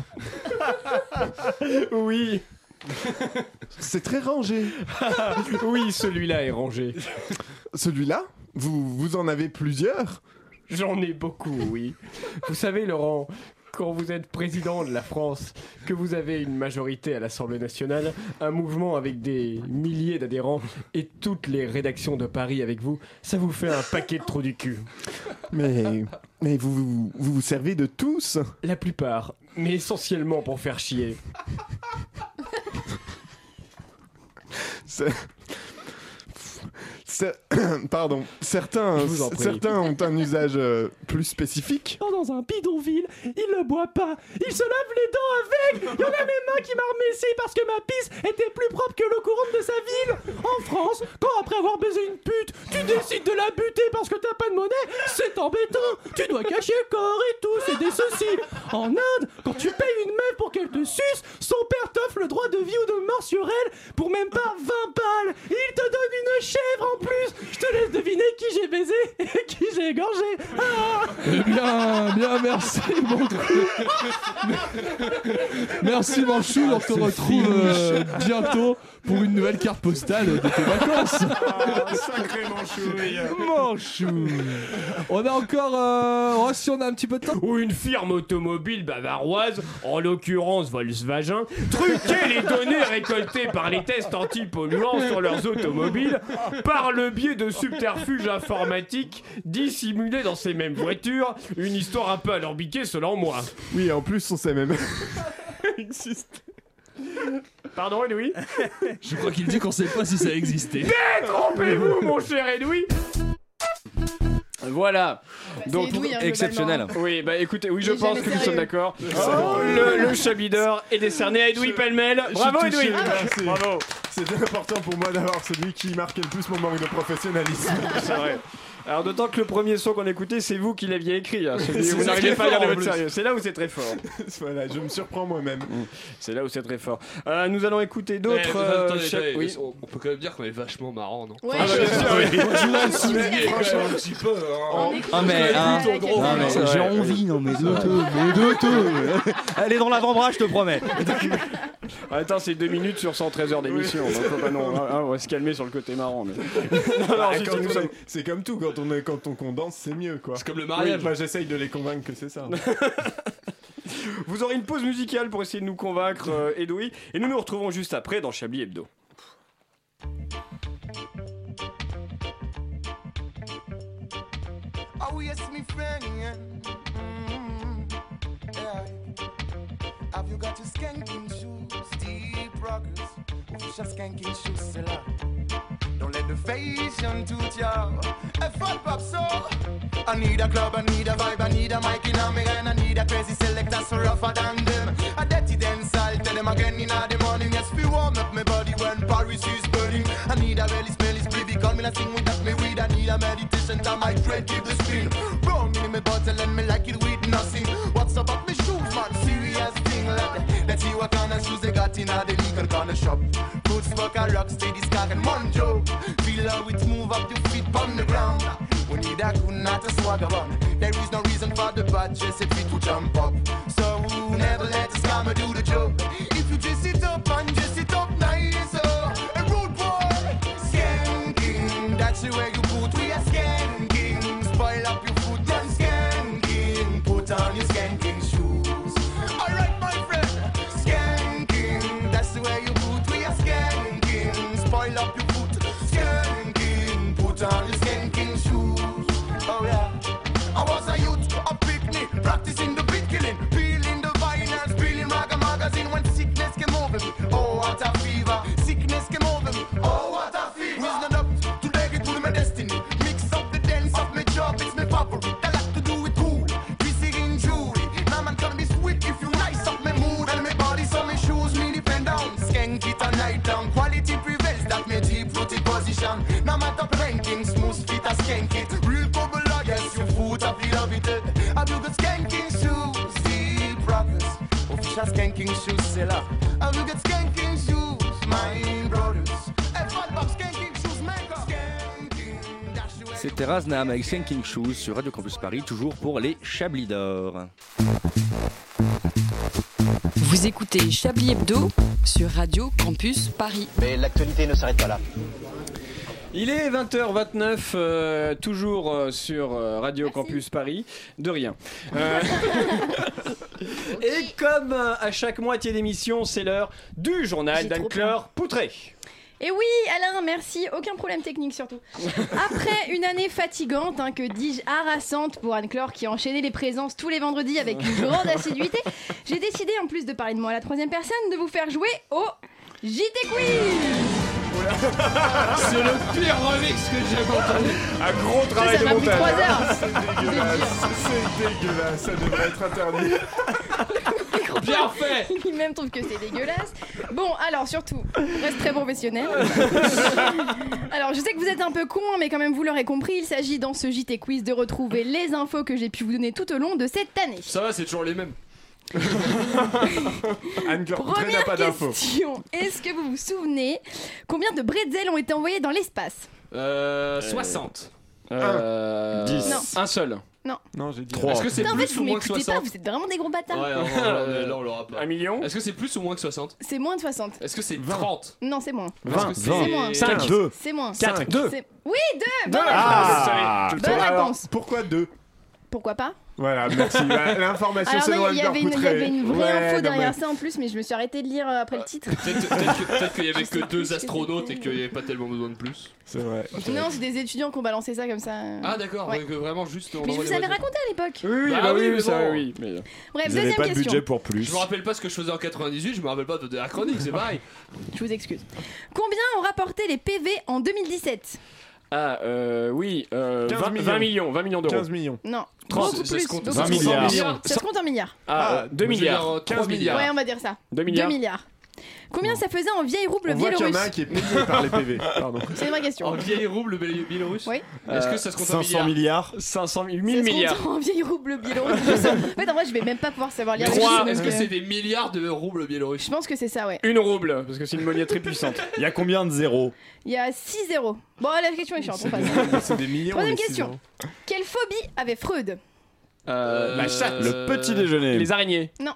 [SPEAKER 1] oui.
[SPEAKER 3] C'est très rangé.
[SPEAKER 1] oui, celui-là est rangé.
[SPEAKER 3] Celui-là vous, vous en avez plusieurs
[SPEAKER 7] J'en ai beaucoup, oui. Vous savez, Laurent, quand vous êtes président de la France, que vous avez une majorité à l'Assemblée nationale, un mouvement avec des milliers d'adhérents et toutes les rédactions de Paris avec vous, ça vous fait un paquet de trous du cul.
[SPEAKER 3] Mais. Mais vous vous, vous vous servez de tous
[SPEAKER 7] La plupart, mais essentiellement pour faire chier.
[SPEAKER 3] C'est- C'est- Pardon. Certains,
[SPEAKER 7] Je vous en prie.
[SPEAKER 3] certains ont un usage euh, plus spécifique.
[SPEAKER 1] Oh,
[SPEAKER 7] Dans un bidonville, il ne boit pas, il se lave les dents avec. Il y en a mes mains qui m'a remercié parce que ma pisse était plus propre que l'eau courante de sa ville. En France, quand après avoir baisé une pute, tu décides de la buter parce que t'as pas de monnaie, c'est embêtant. Tu dois cacher le corps et tout, c'est des soucis. En Inde, quand tu payes une meuf pour qu'elle te suce, son père t'offre le droit de vie ou de mort sur elle pour même pas 20 balles. Il te donne une chèvre en plus. Je te laisse deviner qui j'ai baisé et qui j'ai égorgé. Ah
[SPEAKER 4] Eh Bien, bien, merci, mon Merci, Manchou. on se retrouve euh, bientôt pour une nouvelle carte postale de tes vacances.
[SPEAKER 12] Sacré manchouille.
[SPEAKER 4] Manchou. On a encore. euh, oh, si on a un petit peu de temps.
[SPEAKER 7] Ou une firme automobile bavaroise, en l'occurrence Volkswagen, truquait les données récoltées par les tests antipolluants sur leurs automobiles par le biais de subterfuges informatiques dissimulés dans ces mêmes voitures. Une histoire un peu alambiquée selon moi.
[SPEAKER 3] Oui, en plus, on sait même.
[SPEAKER 7] Existe. Pardon, Edoui
[SPEAKER 4] Je crois qu'il dit qu'on sait pas si ça existait.
[SPEAKER 7] Détrompez-vous, mon cher Edoui
[SPEAKER 1] Voilà.
[SPEAKER 7] c'est Edoui, hein,
[SPEAKER 1] exceptionnel.
[SPEAKER 7] globalement.
[SPEAKER 1] Oui, bah écoutez, oui, je
[SPEAKER 7] Il est
[SPEAKER 1] pense
[SPEAKER 7] jamais
[SPEAKER 1] que nous sommes
[SPEAKER 7] sérieux.
[SPEAKER 1] d'accord.
[SPEAKER 7] Oh,
[SPEAKER 1] le le Chablis d'or est décerné à Edoui Pellemel.
[SPEAKER 3] Je suis
[SPEAKER 1] Bravo
[SPEAKER 3] touché,
[SPEAKER 1] Edoui.
[SPEAKER 3] merci.
[SPEAKER 1] Bravo.
[SPEAKER 3] C'était important pour moi d'avoir celui qui marquait le plus mon manque de professionnalisme.
[SPEAKER 1] C'est vrai. Alors d'autant que le premier son qu'on écoutait, c'est vous qui l'aviez écrit. hein, celui
[SPEAKER 3] C'est
[SPEAKER 1] où vous
[SPEAKER 3] ça
[SPEAKER 1] n'arrivez
[SPEAKER 3] qui est
[SPEAKER 1] pas à
[SPEAKER 3] fort,
[SPEAKER 1] garder
[SPEAKER 3] en
[SPEAKER 1] votre
[SPEAKER 3] plus.
[SPEAKER 1] sérieux. C'est là où c'est très fort. Mm.
[SPEAKER 3] voilà, je me surprends moi-même.
[SPEAKER 1] C'est là où c'est très fort. Euh, nous allons écouter
[SPEAKER 11] Eh,
[SPEAKER 1] d'autres.
[SPEAKER 11] attendez,
[SPEAKER 1] euh,
[SPEAKER 11] attendez,
[SPEAKER 1] cha-
[SPEAKER 11] attendez,
[SPEAKER 1] oui.
[SPEAKER 11] on, on peut quand même dire qu'on est vachement marrant, non
[SPEAKER 1] Ouais. Ah bah, bien sûr, oui.
[SPEAKER 11] Je voulais le
[SPEAKER 1] Franchement,
[SPEAKER 11] souligner, quand même, un petit peu. hein.
[SPEAKER 8] Ah mais, hein,
[SPEAKER 11] Plutôt drôle,
[SPEAKER 8] non, mais
[SPEAKER 11] hein, c'est
[SPEAKER 8] j'ai
[SPEAKER 11] vrai.
[SPEAKER 8] envie, non mais de te, mais de te. Elle est dans l'avant-bras, je te promets.
[SPEAKER 1] Ah, Attends, c'est 2 minutes sur 113 heures d'émission. donc faut pas non- hein, on va se calmer sur le côté marrant. mais- Non, non,
[SPEAKER 3] Ah,
[SPEAKER 1] si,
[SPEAKER 3] quand
[SPEAKER 1] si,
[SPEAKER 3] on
[SPEAKER 1] nous
[SPEAKER 3] est-
[SPEAKER 1] sommes-
[SPEAKER 3] C'est comme tout, quand on, est, quand on condense, c'est mieux quoi. C'est
[SPEAKER 11] comme le mariage.
[SPEAKER 3] J'essaye de les convaincre que c'est ça.
[SPEAKER 1] Vous aurez une pause musicale pour essayer de nous convaincre, euh, Edoui. Et nous nous retrouvons juste après dans Chablis Hebdo.
[SPEAKER 12] Oh yes, me friend.
[SPEAKER 14] Mm-hmm.
[SPEAKER 12] Mm, yeah. Have you got your skanking shoes?
[SPEAKER 14] Chasquin qui chousse là. Dans les deux faces, y'en tout y'a. A full pop soul. I need a club, I need a vibe, I need a mic in a mirror, I need a crazy select that's rougher than them. A dirty dance, I'll tell them again in the morning. Yes, we warm up my body when Paris is burning. I need a really smelly spliffy, call me, I sing without me weed. I need a meditation time, I dread keep the spin. Wrong in my bottle and me like it with nothing. What's up about me shoes, man? Serious thing, lad. Let's see what kind of shoes they got in a the liquor corner shop. Good smoke, a rock, steady scar and one joke. Feel how it move up your feet on the ground. We need a good not a swagger on. There is no reason for the bad dress if it to jump up. So who never let the scammer do the job. If you dress it up and dress it up nice, oh, a rude boy. Skanking, that's the way you put we are skanking. Spoil up your foot and skanking. Put on your skanking shoes. Alright, my friend. Skanking, that's the way you put we are skanking. Spoil up your foot. Skanking, put on your skanking shoes. Oh yeah. I was a youth, a picnic, practicing the beat killing, peeling the vinyls, peeling rag magazine when sickness came over me. Oh, what a fever, sickness came over me. Oh, what a fever. Reason up, today it will my destiny. Mix up the dance of my job, it's my favorite. I like to do it cool, busy in jewelry. Now man tell me sweet if you nice up my mood and my body, so my shoes me depend on. Skank it and lie down, quality prevails, that my deep rooted position. No matter ranking, smooth fit I skank it. Real couple yes, your foot up, you love it. I do good skanking shoes, see brothers. Official skanking shoes, seller. I do good skanking shoes, my brothers. A fat pop skanking shoes maker. Skanking, that's the way
[SPEAKER 8] C'était Raznam avec Sinking Shoes sur Radio Campus Paris, toujours pour les Chablis d'Or.
[SPEAKER 9] Vous écoutez Chablis Hebdo sur Radio Campus Paris.
[SPEAKER 13] Mais l'actualité ne s'arrête pas là.
[SPEAKER 1] Il est 20h29, euh, toujours euh, sur euh, Radio Campus Paris. De rien. Euh, Et comme euh, à chaque moitié d'émission, c'est l'heure du journal d'Anne-Claire Poutré.
[SPEAKER 10] Et oui, Alain, merci. Aucun problème technique surtout. Après une année fatigante, hein, que dis-je, harassante pour Anne-Claire qui enchaînait les présences tous les vendredis avec une grande assiduité, j'ai décidé, en plus de parler de moi à la troisième personne, de vous faire jouer au JT Quiz
[SPEAKER 12] C'est le pire remix que j'ai entendu.
[SPEAKER 3] Un gros travail
[SPEAKER 10] ça
[SPEAKER 3] de
[SPEAKER 10] m'a pris
[SPEAKER 3] montage.
[SPEAKER 10] trois heures.
[SPEAKER 3] C'est dégueulasse. C'est dégueulasse. Ça devrait être interdit.
[SPEAKER 10] Bien fait Il même trouve que c'est dégueulasse. Bon, alors surtout, reste très professionnel. alors, je sais que vous êtes un peu con, hein, mais quand même, vous l'aurez compris, il s'agit dans ce JT Quiz de retrouver les infos que j'ai pu vous donner tout au long de cette année.
[SPEAKER 3] Ça va, c'est toujours les mêmes. Anne Corcoran n'a
[SPEAKER 10] Première
[SPEAKER 3] pas d'infos.
[SPEAKER 10] question Est-ce que vous vous souvenez combien de bretzels ont été envoyés dans l'espace
[SPEAKER 1] Euh,
[SPEAKER 6] 60.
[SPEAKER 1] Euh,
[SPEAKER 10] Un. Dix. Non.
[SPEAKER 1] Un seul.
[SPEAKER 10] Non.
[SPEAKER 1] Non, j'ai dit.
[SPEAKER 6] Trois. Est-ce que c'est
[SPEAKER 10] Putain, en fait,
[SPEAKER 6] plus
[SPEAKER 10] vous
[SPEAKER 6] ou moins que
[SPEAKER 10] m'écoutez pas,
[SPEAKER 6] 60
[SPEAKER 10] vous êtes vraiment des gros bâtards.
[SPEAKER 6] Ouais, non, là, là, là, on l'aura pas. Un
[SPEAKER 1] million
[SPEAKER 6] Est-ce que c'est plus ou moins que 60
[SPEAKER 10] C'est moins de 60.
[SPEAKER 6] Est-ce que c'est 30
[SPEAKER 10] Non, c'est moins.
[SPEAKER 6] Vingt.
[SPEAKER 10] Est-ce que c'est-
[SPEAKER 6] Vingt.
[SPEAKER 10] C'est moins.
[SPEAKER 6] Cinq.
[SPEAKER 10] C'est-
[SPEAKER 6] Deux.
[SPEAKER 10] C'est moins.
[SPEAKER 6] Quatre.
[SPEAKER 10] C'est-
[SPEAKER 6] Deux.
[SPEAKER 10] Oui, deux.
[SPEAKER 3] Deux.
[SPEAKER 10] Bonne
[SPEAKER 3] Ah.
[SPEAKER 10] réponse.
[SPEAKER 3] Tu le
[SPEAKER 10] Bonne
[SPEAKER 3] savais. Alors,
[SPEAKER 10] réponse.
[SPEAKER 3] Pourquoi deux
[SPEAKER 10] Pourquoi pas
[SPEAKER 3] Voilà, merci. Bah, L'information,
[SPEAKER 10] Alors
[SPEAKER 3] c'est
[SPEAKER 10] non,
[SPEAKER 3] Noël
[SPEAKER 10] il y, avait une, il y
[SPEAKER 3] Garpoutret.
[SPEAKER 10] avait une vraie
[SPEAKER 3] Ouais,
[SPEAKER 10] info
[SPEAKER 3] non,
[SPEAKER 10] derrière
[SPEAKER 3] mais-
[SPEAKER 10] ça en plus, mais je me suis arrêtée de lire euh, après le titre.
[SPEAKER 6] Peut-être que- peut-être qu'il y avait que deux astronautes et qu'il n'y avait pas tellement besoin de plus.
[SPEAKER 3] C'est vrai.
[SPEAKER 4] Ah,
[SPEAKER 10] non, c'est des étudiants qui ont balancé ça comme ça. euh.
[SPEAKER 6] Ah d'accord,
[SPEAKER 10] Ouais.
[SPEAKER 6] donc vraiment juste. on
[SPEAKER 10] Mais je
[SPEAKER 6] envoie
[SPEAKER 10] vous
[SPEAKER 6] les
[SPEAKER 10] avais
[SPEAKER 6] voisins.
[SPEAKER 10] raconté à l'époque.
[SPEAKER 1] Oui,
[SPEAKER 6] Bah
[SPEAKER 1] bah
[SPEAKER 6] oui,
[SPEAKER 1] oui,
[SPEAKER 6] mais
[SPEAKER 1] ça,
[SPEAKER 6] bon.
[SPEAKER 1] oui. Mais...
[SPEAKER 10] Bref, deuxième question.
[SPEAKER 6] Je me rappelle pas ce que je faisais en 98, je me rappelle pas de la chronique, c'est pareil.
[SPEAKER 10] Je vous excuse. Combien ont rapporté les PV en 2017
[SPEAKER 1] Ah, euh, oui, euh,
[SPEAKER 3] 15
[SPEAKER 1] 20, 20 millions.
[SPEAKER 3] millions.
[SPEAKER 1] 20 millions d'euros.
[SPEAKER 3] 15 millions.
[SPEAKER 10] Non.
[SPEAKER 1] Trente.
[SPEAKER 10] beaucoup
[SPEAKER 1] Ça
[SPEAKER 10] plus.
[SPEAKER 1] se compte-
[SPEAKER 10] beaucoup
[SPEAKER 1] 20
[SPEAKER 10] plus.
[SPEAKER 1] milliards.
[SPEAKER 10] Ça se compte en milliards.
[SPEAKER 1] Ah, 2
[SPEAKER 6] je veux dire, euh,
[SPEAKER 1] milliards.
[SPEAKER 6] 15 milliards.
[SPEAKER 10] Ouais, on va dire ça.
[SPEAKER 1] 2 milliards.
[SPEAKER 10] Combien ça faisait en vieille rouble
[SPEAKER 3] On voit qu'il y en a un
[SPEAKER 10] biélorusse
[SPEAKER 3] qui est payé par les PV. Pardon.
[SPEAKER 10] C'est ma question.
[SPEAKER 6] En vieille rouble bé- biélorusse
[SPEAKER 10] Oui.
[SPEAKER 1] Euh,
[SPEAKER 6] Est-ce que ça se compte en milliards
[SPEAKER 3] 500 Euh, milliards
[SPEAKER 1] 500 000
[SPEAKER 10] Ça se compte
[SPEAKER 1] milliards.
[SPEAKER 10] En vieille rouble biélorusse. je sais. En fait, en vrai, je vais même pas pouvoir savoir lire. les
[SPEAKER 6] Trois.
[SPEAKER 10] chiffres,
[SPEAKER 6] Est-ce
[SPEAKER 10] donc,
[SPEAKER 6] que
[SPEAKER 10] euh,
[SPEAKER 6] c'est des milliards de roubles biélorusses
[SPEAKER 10] Je pense que c'est ça, ouais.
[SPEAKER 1] Une rouble, parce que c'est une monnaie très puissante. Il y a combien de zéros
[SPEAKER 10] Il y a 6 zéros. Bon, la question est chiante, on passe.
[SPEAKER 3] C'est des millions.
[SPEAKER 10] Troisième
[SPEAKER 3] les
[SPEAKER 10] question.
[SPEAKER 3] ciseaux.
[SPEAKER 10] Quelle phobie avait Freud
[SPEAKER 1] La chatte.
[SPEAKER 3] Le petit déjeuner.
[SPEAKER 1] Euh, Les araignées.
[SPEAKER 10] Non.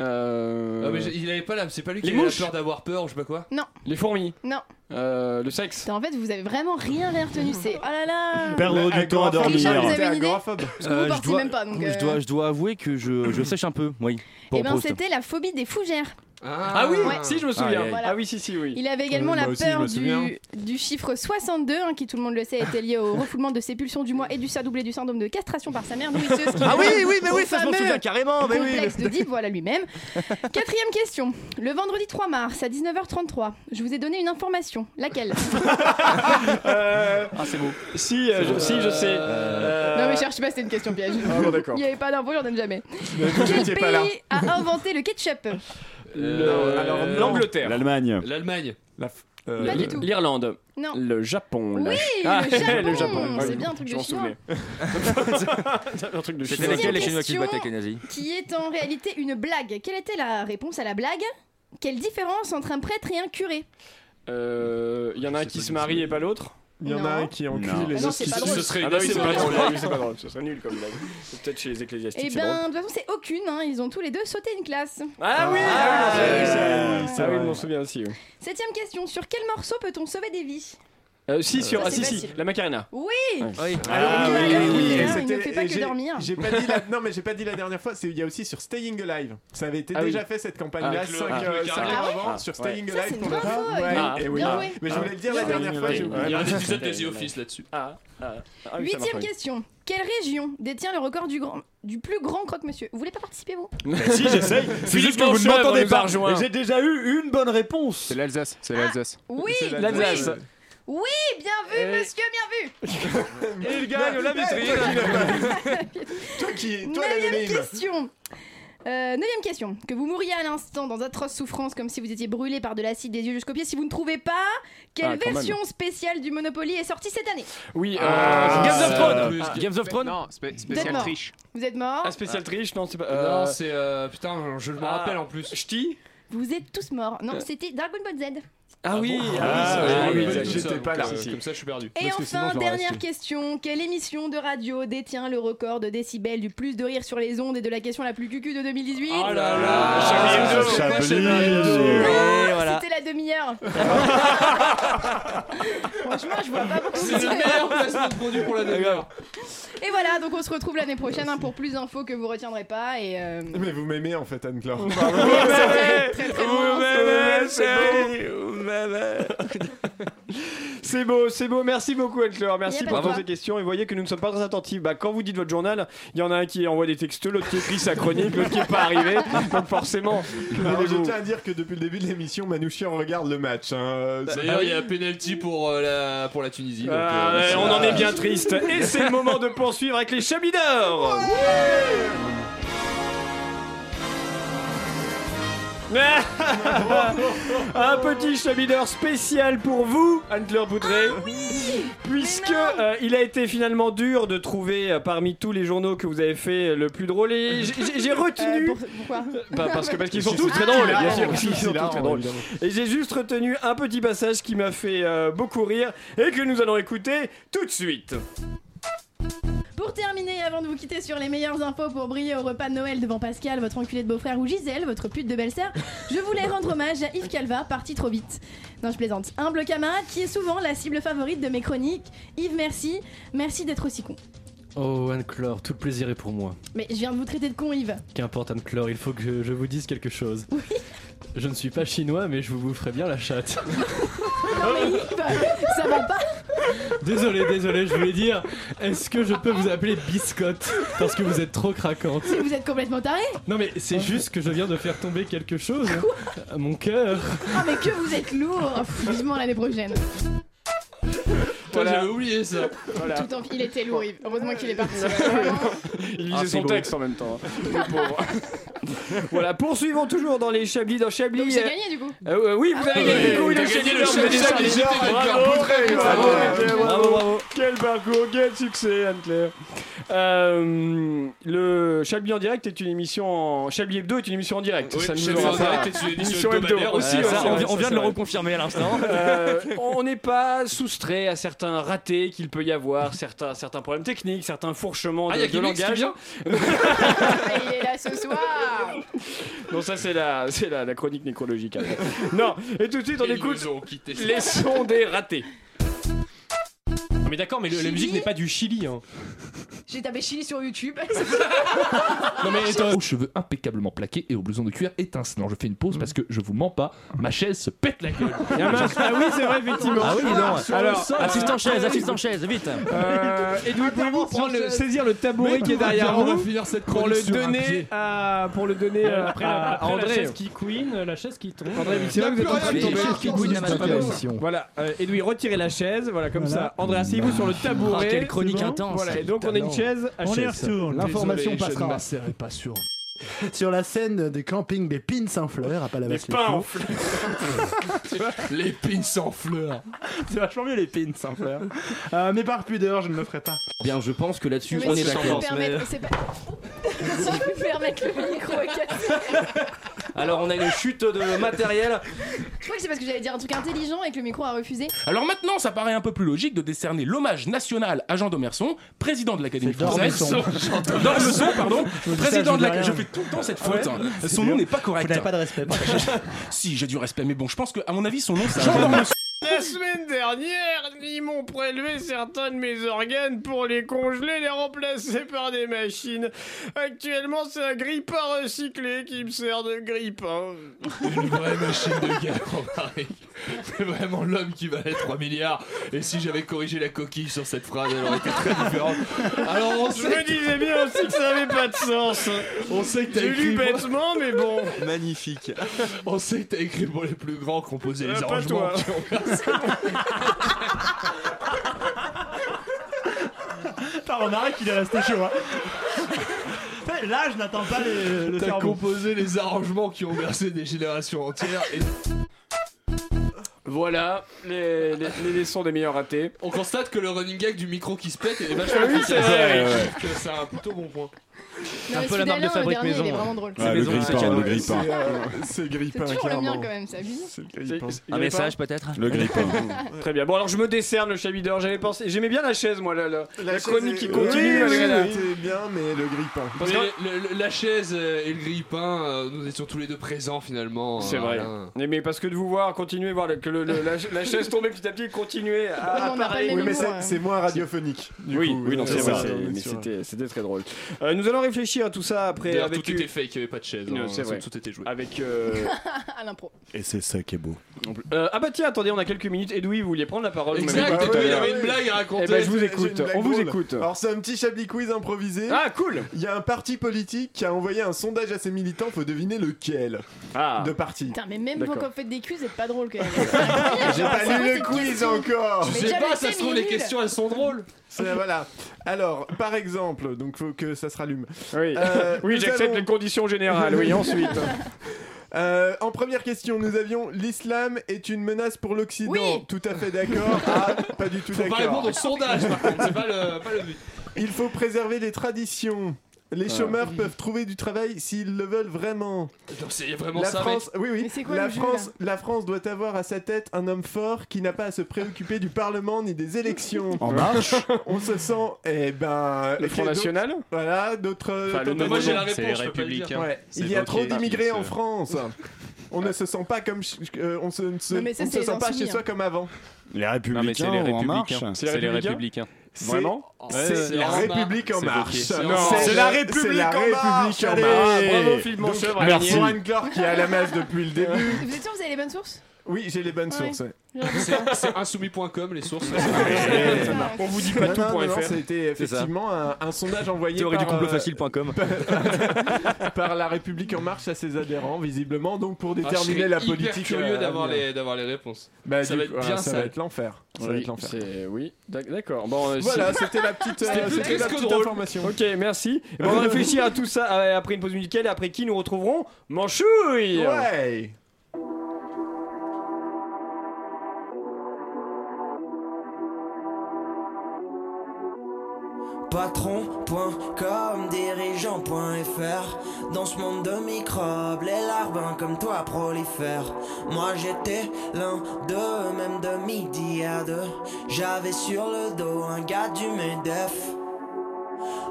[SPEAKER 1] Euh,
[SPEAKER 6] Ah, mais j'ai- il avait pas là, c'est pas lui qui
[SPEAKER 1] Les
[SPEAKER 6] avait la
[SPEAKER 1] mouches.
[SPEAKER 6] peur d'avoir peur, je sais pas quoi.
[SPEAKER 10] Non,
[SPEAKER 1] Les fourmis.
[SPEAKER 10] non.
[SPEAKER 1] Euh, le sexe.
[SPEAKER 10] Putain, En fait, vous avez vraiment rien retenu. C'est. Oh là là
[SPEAKER 1] Perdre du temps à dormir.
[SPEAKER 10] Richard, Bah, vous
[SPEAKER 1] T'es
[SPEAKER 10] avez une idée
[SPEAKER 3] agoraphobe.
[SPEAKER 10] Parce que vous
[SPEAKER 8] Euh, je,
[SPEAKER 10] partez
[SPEAKER 8] dois,
[SPEAKER 10] même pas, donc.
[SPEAKER 8] je,
[SPEAKER 10] euh,
[SPEAKER 8] dois, je dois avouer que je, je sèche un peu, oui.
[SPEAKER 10] Eh
[SPEAKER 8] pour
[SPEAKER 10] ben,
[SPEAKER 8] Proust.
[SPEAKER 10] c'était la phobie des fougères.
[SPEAKER 1] Ah, oui,
[SPEAKER 10] Ouais.
[SPEAKER 1] si, je me souviens. Ah,
[SPEAKER 10] Voilà.
[SPEAKER 1] oui, si, si, oui.
[SPEAKER 10] Il avait
[SPEAKER 8] Euh,
[SPEAKER 10] également
[SPEAKER 1] Oui,
[SPEAKER 10] la
[SPEAKER 1] moi aussi, je
[SPEAKER 10] peur
[SPEAKER 1] me souviens.
[SPEAKER 10] du, du chiffre 62, hein, qui tout le monde le sait était lié au refoulement de ses pulsions du mois et du surdoublé du syndrome de castration par sa mère nourriceuse. qui
[SPEAKER 8] Ah oui,
[SPEAKER 10] mène
[SPEAKER 8] oui, mais
[SPEAKER 10] au
[SPEAKER 8] oui, ça, je m'en
[SPEAKER 10] fameux
[SPEAKER 8] souviens carrément, mais oui.
[SPEAKER 10] complexe de Deep, voilà lui-même. Quatrième question. Le vendredi 3 mars à 19h33, je vous ai donné une information. Laquelle
[SPEAKER 1] Ah, c'est beau. Si, euh, je, si, je sais. Euh,
[SPEAKER 10] Non mais cherche pas, c'était une question piège.
[SPEAKER 1] Ah bon, d'accord.
[SPEAKER 10] Il n'y avait pas d'info, j'en donne jamais.
[SPEAKER 1] Mais vous
[SPEAKER 10] Quel
[SPEAKER 1] étiez pas là.
[SPEAKER 10] pays a inventé le ketchup
[SPEAKER 1] Le- alors, L'Angleterre.
[SPEAKER 15] L'Allemagne.
[SPEAKER 1] L'Allemagne.
[SPEAKER 10] Pas du tout.
[SPEAKER 1] L'Irlande.
[SPEAKER 10] Non.
[SPEAKER 1] Le Japon.
[SPEAKER 10] Oui,
[SPEAKER 1] là. Ah,
[SPEAKER 10] le Japon,
[SPEAKER 1] le Japon.
[SPEAKER 10] c'est
[SPEAKER 1] Ah oui,
[SPEAKER 10] bien un truc de
[SPEAKER 1] je m'en
[SPEAKER 10] Chinois.
[SPEAKER 1] souvenais. C'est un truc de
[SPEAKER 8] C'était
[SPEAKER 1] Chinois.
[SPEAKER 8] lesquels les
[SPEAKER 10] Chinois qui se battaient avec les
[SPEAKER 8] nazis
[SPEAKER 10] Qui est en réalité une blague. Quelle était la réponse à la blague Quelle différence entre un prêtre et un curé
[SPEAKER 1] Euh, Il y en a un qui se marie et pas l'autre
[SPEAKER 3] Il y en a un qui encule
[SPEAKER 1] Non.
[SPEAKER 3] les
[SPEAKER 1] Non,
[SPEAKER 3] autres
[SPEAKER 1] c'est
[SPEAKER 3] qui
[SPEAKER 1] pas
[SPEAKER 3] se-
[SPEAKER 1] drôle.
[SPEAKER 3] ce serait
[SPEAKER 1] Ah
[SPEAKER 3] une
[SPEAKER 1] bah oui, c'est pas
[SPEAKER 3] excellente
[SPEAKER 1] drôle.
[SPEAKER 3] blague.
[SPEAKER 1] Ah oui, c'est pas drôle. Ce serait nul comme blague. C'est Peut-être chez les ecclésiastiques.
[SPEAKER 10] Eh
[SPEAKER 1] c'est drôle.
[SPEAKER 10] ben, de toute façon, c'est aucune. hein. Ils ont tous les deux sauté une classe.
[SPEAKER 1] Ah oui, ah, oui, c'est- c'est-
[SPEAKER 3] c'est
[SPEAKER 1] ah oui,
[SPEAKER 3] vrai.
[SPEAKER 1] je m'en souviens aussi. oui.
[SPEAKER 10] Septième question. Sur quel morceau peut-on sauver des vies
[SPEAKER 1] Euh, si, sur,
[SPEAKER 10] Ça,
[SPEAKER 1] ah,
[SPEAKER 10] c'est
[SPEAKER 1] si, si,
[SPEAKER 10] facile.
[SPEAKER 1] la Macarena.
[SPEAKER 10] Oui.
[SPEAKER 1] Ah,
[SPEAKER 10] oui,
[SPEAKER 1] oui, oui,
[SPEAKER 3] et
[SPEAKER 1] oui.
[SPEAKER 10] il ne
[SPEAKER 3] c'était-
[SPEAKER 10] fait pas
[SPEAKER 3] et
[SPEAKER 10] que
[SPEAKER 3] j'ai-
[SPEAKER 10] dormir.
[SPEAKER 3] J'ai pas dit la, non mais j'ai pas dit la dernière fois. c'est- Il y a aussi sur Staying Alive. Ça avait été
[SPEAKER 1] Ah oui.
[SPEAKER 3] déjà fait cette
[SPEAKER 1] Ah,
[SPEAKER 3] campagne-là
[SPEAKER 1] avec
[SPEAKER 3] 5
[SPEAKER 1] le- avec le
[SPEAKER 3] ans
[SPEAKER 1] carré.
[SPEAKER 3] avant
[SPEAKER 1] Ah,
[SPEAKER 3] sur
[SPEAKER 1] ouais.
[SPEAKER 3] Staying
[SPEAKER 1] Ça,
[SPEAKER 3] Alive.
[SPEAKER 1] c'est
[SPEAKER 3] qu'on
[SPEAKER 1] une
[SPEAKER 3] l'a
[SPEAKER 1] info,
[SPEAKER 3] fait.
[SPEAKER 1] oui.
[SPEAKER 3] Ouais,
[SPEAKER 1] Ah,
[SPEAKER 3] et oui.
[SPEAKER 1] bien joué.
[SPEAKER 3] Mais je voulais le dire la
[SPEAKER 1] Ah,
[SPEAKER 3] dernière
[SPEAKER 1] oui,
[SPEAKER 3] fois.
[SPEAKER 1] oui.
[SPEAKER 3] j'ai-
[SPEAKER 1] Il y a un épisode
[SPEAKER 6] de The Office là-dessus.
[SPEAKER 1] Ah, ah, ah oui, ça marche,
[SPEAKER 10] Huitième
[SPEAKER 1] oui.
[SPEAKER 10] question. Quelle région détient le record du, grand, du plus grand croque-monsieur Vous voulez pas participer, vous
[SPEAKER 15] Bah si, j'essaye. C'est juste que vous ne m'entendez pas. Et j'ai déjà eu une bonne réponse. C'est l'Alsace. C'est l'Alsace.
[SPEAKER 10] Ah, Oui,
[SPEAKER 15] L'Alsace.
[SPEAKER 10] oui. Oui, bien vu,
[SPEAKER 1] Eh
[SPEAKER 10] monsieur, bien vu.
[SPEAKER 1] Il gagne la vitrine.
[SPEAKER 3] Toi qui, toi
[SPEAKER 10] Neuvième
[SPEAKER 3] l'anonyme.
[SPEAKER 10] question. Euh, neuvième question. Que vous mouriez à l'instant dans atroce souffrance comme si vous étiez brûlé par de l'acide des yeux jusqu'aux pieds. Si vous ne trouvez pas,
[SPEAKER 1] Ah,
[SPEAKER 10] quelle
[SPEAKER 1] quand
[SPEAKER 10] version
[SPEAKER 1] même.
[SPEAKER 10] spéciale du Monopoly est sortie cette année
[SPEAKER 1] Oui,
[SPEAKER 6] Ah,
[SPEAKER 1] euh, Games
[SPEAKER 6] c'est-
[SPEAKER 1] of Thrones.
[SPEAKER 6] Ah,
[SPEAKER 1] Games of Thrones.
[SPEAKER 6] Non,
[SPEAKER 10] Vous êtes mort. Vous êtes mort.
[SPEAKER 1] Ah, spécial triche, non, c'est pas.
[SPEAKER 6] Non, c'est. euh, putain, je me
[SPEAKER 1] Ah,
[SPEAKER 6] rappelle en plus.
[SPEAKER 1] Ch'ti
[SPEAKER 10] Vous êtes tous morts.
[SPEAKER 1] Euh.
[SPEAKER 10] Non, c'était Dragon Ball Z.
[SPEAKER 1] Ah oui, ah, oui,
[SPEAKER 6] Ah, oui, oui,
[SPEAKER 1] oui,
[SPEAKER 6] oui,
[SPEAKER 1] j'étais
[SPEAKER 6] oui,
[SPEAKER 1] pas
[SPEAKER 6] oui,
[SPEAKER 1] là.
[SPEAKER 6] oui,
[SPEAKER 1] si, si.
[SPEAKER 6] comme ça, je suis perdu.
[SPEAKER 10] Et enfin, dernière question. Quelle émission de radio détient le record de décibels du plus de rire sur les ondes et de la question la plus cucu de 2018 Oh là
[SPEAKER 1] là
[SPEAKER 8] voilà.
[SPEAKER 10] C'était la demi-heure. Franchement, je vois pas beaucoup.
[SPEAKER 6] C'est le
[SPEAKER 10] dire.
[SPEAKER 6] meilleur placement de produit
[SPEAKER 3] Ah,
[SPEAKER 6] pour la demi-heure.
[SPEAKER 10] Et voilà, donc on se retrouve l'année prochaine hein, pour plus d'infos que vous retiendrez pas. Et euh,
[SPEAKER 3] Mais vous m'aimez en fait Anne-Claude.
[SPEAKER 10] très très
[SPEAKER 1] Vous
[SPEAKER 10] loin.
[SPEAKER 1] m'aimez,
[SPEAKER 3] c'est
[SPEAKER 1] chérie, vous m'aimez. C'est beau, c'est beau. Merci beaucoup, Anne-Claire. Merci
[SPEAKER 10] Y a
[SPEAKER 1] pour
[SPEAKER 10] pas de
[SPEAKER 1] toutes
[SPEAKER 10] quoi.
[SPEAKER 1] ces questions. Et voyez que nous ne sommes pas très attentifs. Bah, quand vous dites votre journal, il y en a un qui envoie des textos, l'autre qui écrit sa chronique, l'autre qui n'est pas arrivé. Donc forcément. que
[SPEAKER 3] Alors, je
[SPEAKER 1] voulez-vous
[SPEAKER 3] tiens à dire que depuis le début de l'émission, Manouchian regarde le match.
[SPEAKER 4] Bah,
[SPEAKER 3] hein.
[SPEAKER 6] Bah, D'ailleurs, il y a un penalty pour, euh, la, pour la Tunisie. donc,
[SPEAKER 1] Ah,
[SPEAKER 6] euh,
[SPEAKER 1] ouais,
[SPEAKER 6] c'est-
[SPEAKER 1] on en est bien triste. Et c'est le moment de poursuivre avec les Chablis d'or. Un petit Chablis d'or spécial pour vous, Antler Boudré.
[SPEAKER 10] Ah
[SPEAKER 1] Puisque euh, il a été finalement dur de trouver euh, parmi tous les journaux que vous avez fait euh, le plus drôle et j'ai- j'ai j'ai retenu
[SPEAKER 10] Euh, pour- pourquoi
[SPEAKER 1] Pas- Bah, parce que parce qu'ils sont
[SPEAKER 3] Ils
[SPEAKER 1] tous
[SPEAKER 3] sont
[SPEAKER 1] très drôles,
[SPEAKER 3] hilarants,
[SPEAKER 1] bien sûr.
[SPEAKER 3] ils
[SPEAKER 1] Ils
[SPEAKER 3] sont
[SPEAKER 1] sont tous
[SPEAKER 3] hilarants,
[SPEAKER 1] très drôles.
[SPEAKER 3] évidemment.
[SPEAKER 1] Et j'ai juste retenu un petit passage qui m'a fait euh, beaucoup rire et que nous allons écouter tout de suite.
[SPEAKER 10] Pour terminer, avant de vous quitter sur les meilleures infos pour briller au repas de Noël devant Pascal, votre enculé de beau-frère ou Gisèle, votre pute de belle-sœur, je voulais rendre hommage à Yves Calva, parti trop vite. Non, je plaisante. Humble camarade qui est souvent la cible favorite de mes chroniques. Yves, merci. Merci d'être aussi con.
[SPEAKER 16] Oh, Anne-Claire, tout le plaisir est pour moi.
[SPEAKER 10] Mais je viens de vous traiter de con, Yves.
[SPEAKER 16] Qu'importe, Anne-Claire, il faut que je, je vous dise quelque chose. Je ne suis pas chinois, mais je vous boufferai bien la chatte.
[SPEAKER 10] Non, mais Yves, ça va pas.
[SPEAKER 16] Désolé, désolé, je voulais dire, est-ce que je peux vous appeler biscotte Parce que vous êtes trop craquante.
[SPEAKER 10] Vous êtes complètement taré.
[SPEAKER 16] Non, mais c'est juste que je viens de faire tomber quelque chose. Mon cœur.
[SPEAKER 10] Ah, mais que vous êtes lourd. Pff, Vivement l'année prochaine.
[SPEAKER 6] Putain, J'avais oublié ça.
[SPEAKER 3] Ah.
[SPEAKER 10] Tout en... Il était lourd, Yves. Heureusement qu'il est parti.
[SPEAKER 1] Il
[SPEAKER 6] Ah,
[SPEAKER 1] lisait
[SPEAKER 6] c'est
[SPEAKER 1] son
[SPEAKER 6] beau.
[SPEAKER 1] texte en même temps. hein. Le pauvre. voilà, poursuivons toujours dans les Chablis dans Chablis.
[SPEAKER 10] Donc, j'ai
[SPEAKER 1] euh,
[SPEAKER 10] gagné, du coup.
[SPEAKER 1] euh, euh, oui, vous avez gagné
[SPEAKER 3] Oui,
[SPEAKER 1] le couille
[SPEAKER 3] t'as
[SPEAKER 1] de
[SPEAKER 3] gagné
[SPEAKER 1] Chablis
[SPEAKER 3] le
[SPEAKER 1] d'or,
[SPEAKER 3] Chablis
[SPEAKER 1] mesdames
[SPEAKER 3] d'or,
[SPEAKER 1] et messieurs. Bravo,
[SPEAKER 3] Chablis d'or, Anne-Claire Boutré,
[SPEAKER 1] bravo,
[SPEAKER 3] bravo,
[SPEAKER 1] Anne-Claire,
[SPEAKER 3] bravo,
[SPEAKER 1] bravo,
[SPEAKER 3] bravo.
[SPEAKER 1] Quel parcours, quel succès, Anne-Claire. Euh, le Chablis en direct est une émission en... Chablis Hebdo est une émission en direct.
[SPEAKER 6] Oui,
[SPEAKER 1] ça ne nous
[SPEAKER 6] Chablis
[SPEAKER 1] aura
[SPEAKER 6] en
[SPEAKER 1] pas.
[SPEAKER 6] direct est une émission hebdomadaire aussi,
[SPEAKER 1] ouais,
[SPEAKER 6] ouais,
[SPEAKER 1] ça,
[SPEAKER 6] c'est
[SPEAKER 1] on-
[SPEAKER 6] vrai,
[SPEAKER 1] on
[SPEAKER 6] ça,
[SPEAKER 1] vient
[SPEAKER 6] c'est
[SPEAKER 1] de le
[SPEAKER 6] vrai.
[SPEAKER 1] reconfirmer à l'instant. Euh, on n'est pas soustrait à certains ratés qu'il peut y avoir, certains, certains problèmes techniques, certains fourchements
[SPEAKER 6] Ah,
[SPEAKER 1] de,
[SPEAKER 6] y a
[SPEAKER 1] de
[SPEAKER 6] Guilux qui
[SPEAKER 1] langage.
[SPEAKER 6] vient
[SPEAKER 10] Ah, il est là ce soir.
[SPEAKER 1] Non, ça c'est la, c'est la, la chronique nécrologique.
[SPEAKER 6] hein.
[SPEAKER 1] après. non, et tout de suite on écoute les sons des ratés.
[SPEAKER 7] Mais d'accord, mais le- la musique n'est pas du Chili. Hein.
[SPEAKER 10] J'ai tapé chili sur YouTube.
[SPEAKER 3] Ah,
[SPEAKER 4] Non mais aux cheveux impeccablement plaqués et au blouson de cuir étincelant. Je fais une
[SPEAKER 1] Mm.
[SPEAKER 4] pause parce que je vous mens pas, ma chaise se pète la gueule.
[SPEAKER 6] Il y a un masque. Ah oui, c'est vrai, effectivement.
[SPEAKER 17] Ah oui, non.
[SPEAKER 6] Alors,
[SPEAKER 17] Alors, assistant
[SPEAKER 6] euh,
[SPEAKER 17] chaise,
[SPEAKER 6] euh,
[SPEAKER 17] assistant chaise, vite.
[SPEAKER 6] Euh, Edoui, pouvez-vous prendre le- saisir le tabouret
[SPEAKER 17] Mais
[SPEAKER 6] qui est
[SPEAKER 17] on va
[SPEAKER 6] derrière
[SPEAKER 17] dire, on
[SPEAKER 6] vous
[SPEAKER 17] va finir cette
[SPEAKER 6] pour le
[SPEAKER 17] chronique sur un
[SPEAKER 6] donner
[SPEAKER 17] pied.
[SPEAKER 6] à pour le donner euh,
[SPEAKER 4] après,
[SPEAKER 6] à,
[SPEAKER 4] la,
[SPEAKER 6] à
[SPEAKER 4] après la
[SPEAKER 6] André
[SPEAKER 4] chaise qui couine, la chaise qui tombe.
[SPEAKER 6] André Vincila, vous êtes en train de tomber. Voilà, euh, Edoui, retirez la chaise, voilà comme
[SPEAKER 8] Voilà.
[SPEAKER 6] ça. André, asseyez-vous sur le tabouret.
[SPEAKER 8] Ah, quelle chronique
[SPEAKER 6] C'est bon
[SPEAKER 8] intense.
[SPEAKER 6] Voilà, et
[SPEAKER 8] Quel
[SPEAKER 6] donc on a une
[SPEAKER 8] talent.
[SPEAKER 6] chaise à
[SPEAKER 8] On y
[SPEAKER 6] chaise.
[SPEAKER 8] retourne. L'information
[SPEAKER 6] Désolé,
[SPEAKER 8] passera.
[SPEAKER 6] je ne m'asserai pas sur.
[SPEAKER 8] Sur la scène des campings des pins en fleurs à Palavas.
[SPEAKER 6] Les pins sans fleurs.
[SPEAKER 8] C'est vachement mieux les pins en fleurs. Euh, mais par pudeur, je ne le ferai pas.
[SPEAKER 17] Bien, je pense que là-dessus,
[SPEAKER 10] Mais
[SPEAKER 17] on
[SPEAKER 10] si
[SPEAKER 17] est
[SPEAKER 10] je peux me
[SPEAKER 17] d'accord.
[SPEAKER 10] permettre, c'est pas- Si je peux me permettre, le micro est cassé.
[SPEAKER 17] Alors, on a une chute de matériel.
[SPEAKER 10] Je crois que c'est parce que j'allais dire un truc intelligent et que le micro a refusé.
[SPEAKER 7] Alors maintenant, ça paraît un peu plus logique de décerner l'hommage national à Jean d'Omerson, président de l'Académie française.
[SPEAKER 11] Dormeson. Jean Dormeson.
[SPEAKER 7] Dormeson, pardon.
[SPEAKER 11] Je me dis ça,
[SPEAKER 7] président de
[SPEAKER 11] je dis
[SPEAKER 7] l'Académie. Je
[SPEAKER 11] rien.
[SPEAKER 7] fais tout le temps cette
[SPEAKER 11] Ah ouais
[SPEAKER 7] faute. hein.
[SPEAKER 11] C'est
[SPEAKER 7] Son
[SPEAKER 11] dur.
[SPEAKER 7] nom n'est pas correct.
[SPEAKER 11] Vous n'avez pas de respect.
[SPEAKER 7] si, j'ai du respect, mais bon, je pense qu'à mon avis, son nom, c'est Jean Dormeson.
[SPEAKER 1] La semaine dernière, ils m'ont prélevé certains de mes organes pour les congeler et les remplacer par des machines. Actuellement, c'est un grippin recyclé qui me sert de grippin.
[SPEAKER 18] Une vraie machine de guerre, Romaric. C'est vraiment l'homme qui valait 3 milliards. Et si j'avais corrigé la coquille sur cette phrase, elle aurait été très différente. Alors on
[SPEAKER 1] Je me disais bien aussi que ça avait pas de sens.
[SPEAKER 18] On sait que t'as
[SPEAKER 1] J'ai lu
[SPEAKER 18] écrit.
[SPEAKER 1] bêtement, mais bon.
[SPEAKER 18] Magnifique. On sait que t'as écrit pour les plus grands, composé
[SPEAKER 1] Ah,
[SPEAKER 8] Euh,
[SPEAKER 18] les
[SPEAKER 1] pas
[SPEAKER 18] arrangements.
[SPEAKER 1] toi.
[SPEAKER 18] qui ont percé.
[SPEAKER 11] T'as remarqué qu'il est resté chaud. Hein. Putain, Là, je n'attends pas les- le
[SPEAKER 18] T'as
[SPEAKER 11] cerveau.
[SPEAKER 18] composé les arrangements qui ont bercé des générations entières. Et...
[SPEAKER 4] Ah,
[SPEAKER 1] Voilà les, les, les leçons des meilleurs ratés.
[SPEAKER 4] On constate que le running gag du micro qui se pète est
[SPEAKER 1] vachement Ah oui, efficace. c'est vrai. Ouais, ouais.
[SPEAKER 4] que c'est un plutôt bon point.
[SPEAKER 10] Non, mais celui d'Alain, le dernier, il est vraiment
[SPEAKER 4] Ah,
[SPEAKER 10] drôle.
[SPEAKER 17] Ouais, le
[SPEAKER 11] maison,
[SPEAKER 17] grippin,
[SPEAKER 11] c'est canon.
[SPEAKER 17] le grippin.
[SPEAKER 11] C'est, euh, C'est
[SPEAKER 10] C'est
[SPEAKER 11] grippin,
[SPEAKER 10] toujours le mien
[SPEAKER 11] clairement.
[SPEAKER 10] quand même, c'est abusé.
[SPEAKER 17] Un message, peut-être
[SPEAKER 11] Le grippin.
[SPEAKER 1] Très bien. Bon alors je me décerne le chabi d'or. J'avais pensé, j'aimais bien la chaise moi là, la, la, chronique qui continue.
[SPEAKER 3] Oui,
[SPEAKER 1] malgré la-
[SPEAKER 3] c'était bien, mais le grippin.
[SPEAKER 1] Parce
[SPEAKER 4] Mais
[SPEAKER 1] que-
[SPEAKER 4] le- le- la chaise euh, et le grippin, euh, nous étions tous les deux présents finalement.
[SPEAKER 1] C'est
[SPEAKER 4] euh,
[SPEAKER 1] vrai.
[SPEAKER 4] Alain.
[SPEAKER 1] Mais, mais parce que de vous voir continuer, voir le- que le- le- la, la chaise tomber petit à petit, continuer à, à
[SPEAKER 3] Ah,
[SPEAKER 1] parler.
[SPEAKER 3] oui, mais c'est- c'est moins radiophonique. du
[SPEAKER 1] Oui,
[SPEAKER 3] coup,
[SPEAKER 1] oui, non,
[SPEAKER 3] euh,
[SPEAKER 1] c'est
[SPEAKER 3] ça,
[SPEAKER 1] vrai,
[SPEAKER 3] on
[SPEAKER 1] c'est-
[SPEAKER 3] est
[SPEAKER 1] mais
[SPEAKER 3] sur-
[SPEAKER 1] c'était c'était très drôle. Euh, nous allons réfléchir à tout ça après
[SPEAKER 4] D'ailleurs,
[SPEAKER 1] avec euh,
[SPEAKER 4] tout était fake, il n'y avait pas de chaise.
[SPEAKER 1] Non,
[SPEAKER 4] hein,
[SPEAKER 1] c'est vrai.
[SPEAKER 4] Tout était joué.
[SPEAKER 1] Avec euh,
[SPEAKER 10] à l'impro.
[SPEAKER 11] Et c'est ça qui est beau.
[SPEAKER 1] euh, ah bah tiens, attendez, on a quelques minutes. Edoui, vous vouliez prendre la parole vous
[SPEAKER 4] Exact,
[SPEAKER 1] m'avez dit tout à
[SPEAKER 4] Edoui, il
[SPEAKER 1] l'heure.
[SPEAKER 4] avait une blague à raconter.
[SPEAKER 1] Eh ben, je vous
[SPEAKER 3] J'ai-
[SPEAKER 1] écoute.
[SPEAKER 3] j'ai une blague
[SPEAKER 1] On vous
[SPEAKER 3] drôle.
[SPEAKER 1] écoute.
[SPEAKER 3] Alors c'est un petit Chablis quiz improvisé.
[SPEAKER 1] Ah cool.
[SPEAKER 3] Il y a un parti politique qui a envoyé un sondage à ses militants, faut deviner lequel. De parti.
[SPEAKER 10] Putain, Ah, mais même vous, quand vous faites des culs, c'est pas drôle quand même.
[SPEAKER 3] J'ai
[SPEAKER 10] Ah,
[SPEAKER 3] pas lu le quiz encore.
[SPEAKER 10] Je sais Mais déjà, pas, le ça thème, se trouve, il est les nul. questions,
[SPEAKER 3] elles sont drôles. voilà. Alors, par exemple, donc faut que ça se rallume.
[SPEAKER 1] Oui, Oui, j'accepte les conditions générales. Oui, ensuite.
[SPEAKER 3] Euh, en première question, nous avions l'islam est une menace pour l'Occident. Tout à fait d'accord. Ah, pas du tout
[SPEAKER 4] Faut pas
[SPEAKER 3] d'accord.
[SPEAKER 4] répondre au sondage par contre, c'est pas le, pas le but.
[SPEAKER 3] Il faut préserver les traditions. Les
[SPEAKER 4] Ah.
[SPEAKER 3] chômeurs peuvent trouver du travail s'ils le veulent vraiment.
[SPEAKER 4] Donc, c'est vraiment
[SPEAKER 3] la
[SPEAKER 4] ça, mec.
[SPEAKER 3] France, oui,
[SPEAKER 4] Mais
[SPEAKER 3] oui.
[SPEAKER 4] c'est quoi
[SPEAKER 3] la,
[SPEAKER 4] le jeu,
[SPEAKER 3] France, la France doit avoir à sa tête un homme fort qui n'a pas à se préoccuper du Parlement ni des élections.
[SPEAKER 11] En marche
[SPEAKER 3] On se sent, eh ben.
[SPEAKER 1] Le Front
[SPEAKER 3] d'autres-
[SPEAKER 1] National
[SPEAKER 3] Voilà, d'autres.
[SPEAKER 1] Enfin, le
[SPEAKER 3] d'autres-
[SPEAKER 1] Moi, j'ai la réponse, C'est les je peux pas le dire. Républicains.
[SPEAKER 3] Ouais.
[SPEAKER 1] C'est
[SPEAKER 3] Il y a
[SPEAKER 1] Wauquiez
[SPEAKER 3] trop
[SPEAKER 1] qui
[SPEAKER 3] d'immigrés
[SPEAKER 1] se-
[SPEAKER 3] en France. On ne se sent pas comme. ch- euh, on se, ne se-
[SPEAKER 10] Non, mais ça,
[SPEAKER 3] on ne
[SPEAKER 10] c'est
[SPEAKER 3] se
[SPEAKER 10] les
[SPEAKER 3] sent pas chez
[SPEAKER 10] Insoumis,
[SPEAKER 3] soi
[SPEAKER 10] hein.
[SPEAKER 3] comme avant.
[SPEAKER 11] Les républicains. ou en marche
[SPEAKER 3] C'est- C'est la République en marche.
[SPEAKER 11] Non, c'est la République en marche.
[SPEAKER 3] Allez.
[SPEAKER 11] Allez.
[SPEAKER 3] Bravo, Philippe
[SPEAKER 11] Donc,
[SPEAKER 3] Manchevre,
[SPEAKER 11] Merci.
[SPEAKER 3] Agnès. Juan Clore qui est à la masse depuis le début.
[SPEAKER 10] Vous êtes sûr que vous avez les bonnes sources
[SPEAKER 3] Oui, j'ai les bonnes
[SPEAKER 10] Ouais.
[SPEAKER 3] sources.
[SPEAKER 4] C'est- C'est insoumis.com, les sources.
[SPEAKER 3] On vous dit
[SPEAKER 4] pas tout
[SPEAKER 3] Non,
[SPEAKER 4] point
[SPEAKER 3] non,
[SPEAKER 4] fr.
[SPEAKER 3] c'était
[SPEAKER 4] C'est ça.
[SPEAKER 3] effectivement un, un sondage envoyé
[SPEAKER 17] Théorie
[SPEAKER 3] par,
[SPEAKER 17] du complot
[SPEAKER 3] euh,
[SPEAKER 17] facile.com.
[SPEAKER 3] par la République en marche à ses adhérents, visiblement, donc pour
[SPEAKER 4] Ah, je serais
[SPEAKER 3] déterminer la
[SPEAKER 4] hyper
[SPEAKER 3] politique.
[SPEAKER 4] curieux
[SPEAKER 3] euh, à
[SPEAKER 4] d'avoir
[SPEAKER 3] venir.
[SPEAKER 4] les, d'avoir les réponses.
[SPEAKER 3] Bah,
[SPEAKER 4] ça
[SPEAKER 3] du
[SPEAKER 4] va
[SPEAKER 3] coup,
[SPEAKER 4] être
[SPEAKER 3] voilà,
[SPEAKER 4] bien
[SPEAKER 3] ça
[SPEAKER 4] ça.
[SPEAKER 3] va être l'enfer. Ça va
[SPEAKER 1] Oui,
[SPEAKER 3] être l'enfer.
[SPEAKER 1] c'est- Oui, d'ac- d'accord. Bon, euh,
[SPEAKER 3] Voilà,
[SPEAKER 1] si-
[SPEAKER 3] c'était la petite, euh,
[SPEAKER 1] C'était plus
[SPEAKER 3] c'était
[SPEAKER 1] triste
[SPEAKER 3] la
[SPEAKER 1] que
[SPEAKER 3] petite
[SPEAKER 1] drôle.
[SPEAKER 3] information.
[SPEAKER 1] Ok, merci. Et bon, on va réfléchir à tout ça euh, après une pause musicale. Et après qui nous retrouverons Manchouille
[SPEAKER 3] Ouais
[SPEAKER 19] Patron.com, dirigeant.fr Dans ce monde de microbes, les larbins comme toi prolifèrent Moi j'étais l'un d'eux, même de midi à deux J'avais sur le dos un gars du MEDEF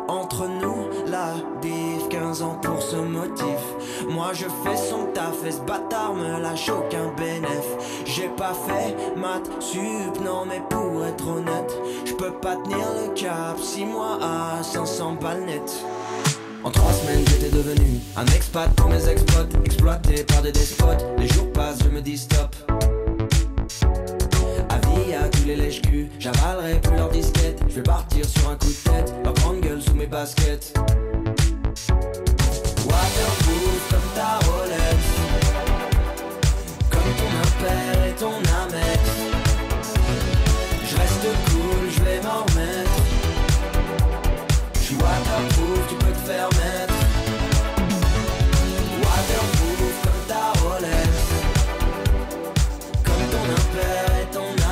[SPEAKER 19] entre nous la diff 15 ans pour ce motif Moi je fais son taf et ce bâtard me lâche aucun bénéf J'ai pas fait maths sup non mais pour être honnête Je peux pas tenir le cap 6 mois à 500 balles net en trois semaines j'étais devenu un expat pour mes ex-potes Exploité par des despotes, les jours passent je me dis stop Avis à tous les lèches-culs, j'avalerai plus leur disquette Je vais partir sur un coup de tête, leur grande gueule sous mes baskets Waterproof comme ta Rolex Comme ton impère et ton Amex Je reste cool, je vais m'en remettre J'suis waterproof, tu peux te faire mettre Waterproof comme ta Rolex Comme ton impère et ton amex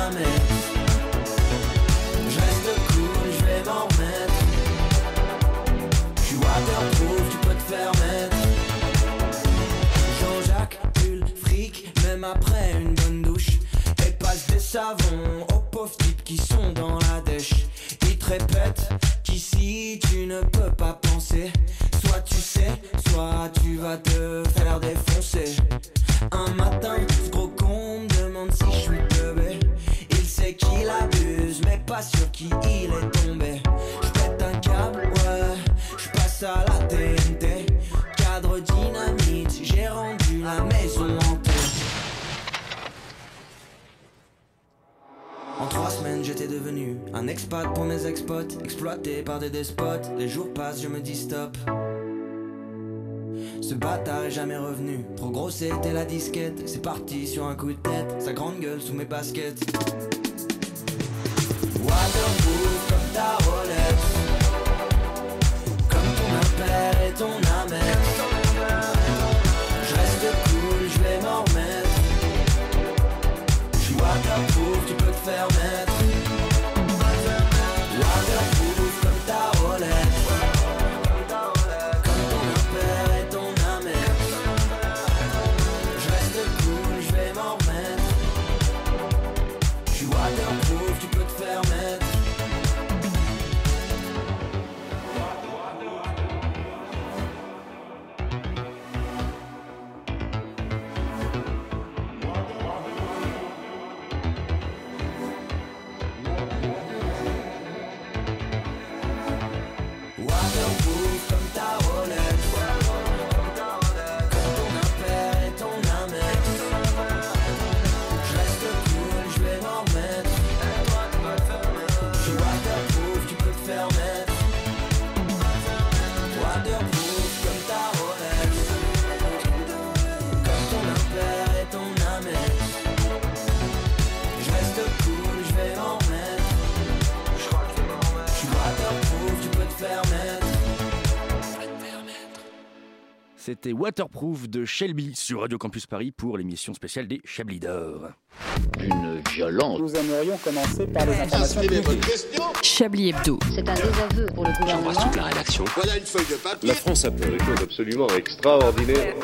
[SPEAKER 19] Je reste cool, je vais m'en remettre J'suis waterproof, tu peux te faire mettre Jean-Jacques, pull, fric, même après une bonne douche Et passe des savons aux pauvres types qui sont dans la dèche Ils te répètent qu'ici tu ne peux pas penser Soit tu sais, soit tu vas te faire défoncer Un matin, ce gros con me demande si je suis teubé Il sait qu'il abuse, mais pas sur qui il est tombé Je pète un câble, ouais, je passe à la TNT Cadre dynamite, j'ai rendu la maison hantée En trois semaines j'étais devenu un expat pour mes ex-potes Exploité par des despotes, les jours passent je me dis stop Ce bâtard est jamais revenu, trop gros c'était la disquette C'est parti sur un coup de tête, sa grande gueule sous mes baskets Waterproof comme ta Rolex Comme ton impère et ton amex Je reste cool, je vais m'en remettre J'suis waterproof, tu peux te faire mettre Waterproof comme ta Rolex Comme ton impère et ton amex Je reste cool, je vais m'en remettre J'suis waterproof, tu peux te faire mettre Waterproof comme ta Rolex Comme ton impère et ton amex Je reste cool, je vais m'en remettre Je suis waterproof, tu peux te faire mettre Waterproof comme ta Rolex Comme ton impère et ton amex Je reste cool, je vais m'en remettre Je crois que je vais m'en remettre Je suis waterproof, tu peux te faire mettre
[SPEAKER 6] C'était Waterproof de Shelby sur Radio Campus Paris pour l'émission spéciale des Chablis d'Or. Une violente. Nous aimerions commencer par les informations
[SPEAKER 9] Chablis Hebdo.
[SPEAKER 20] C'est un désaveu pour le gouvernement.
[SPEAKER 4] La rédaction.
[SPEAKER 20] Voilà une feuille de papier.
[SPEAKER 4] La France a fait des choses absolument extraordinaires.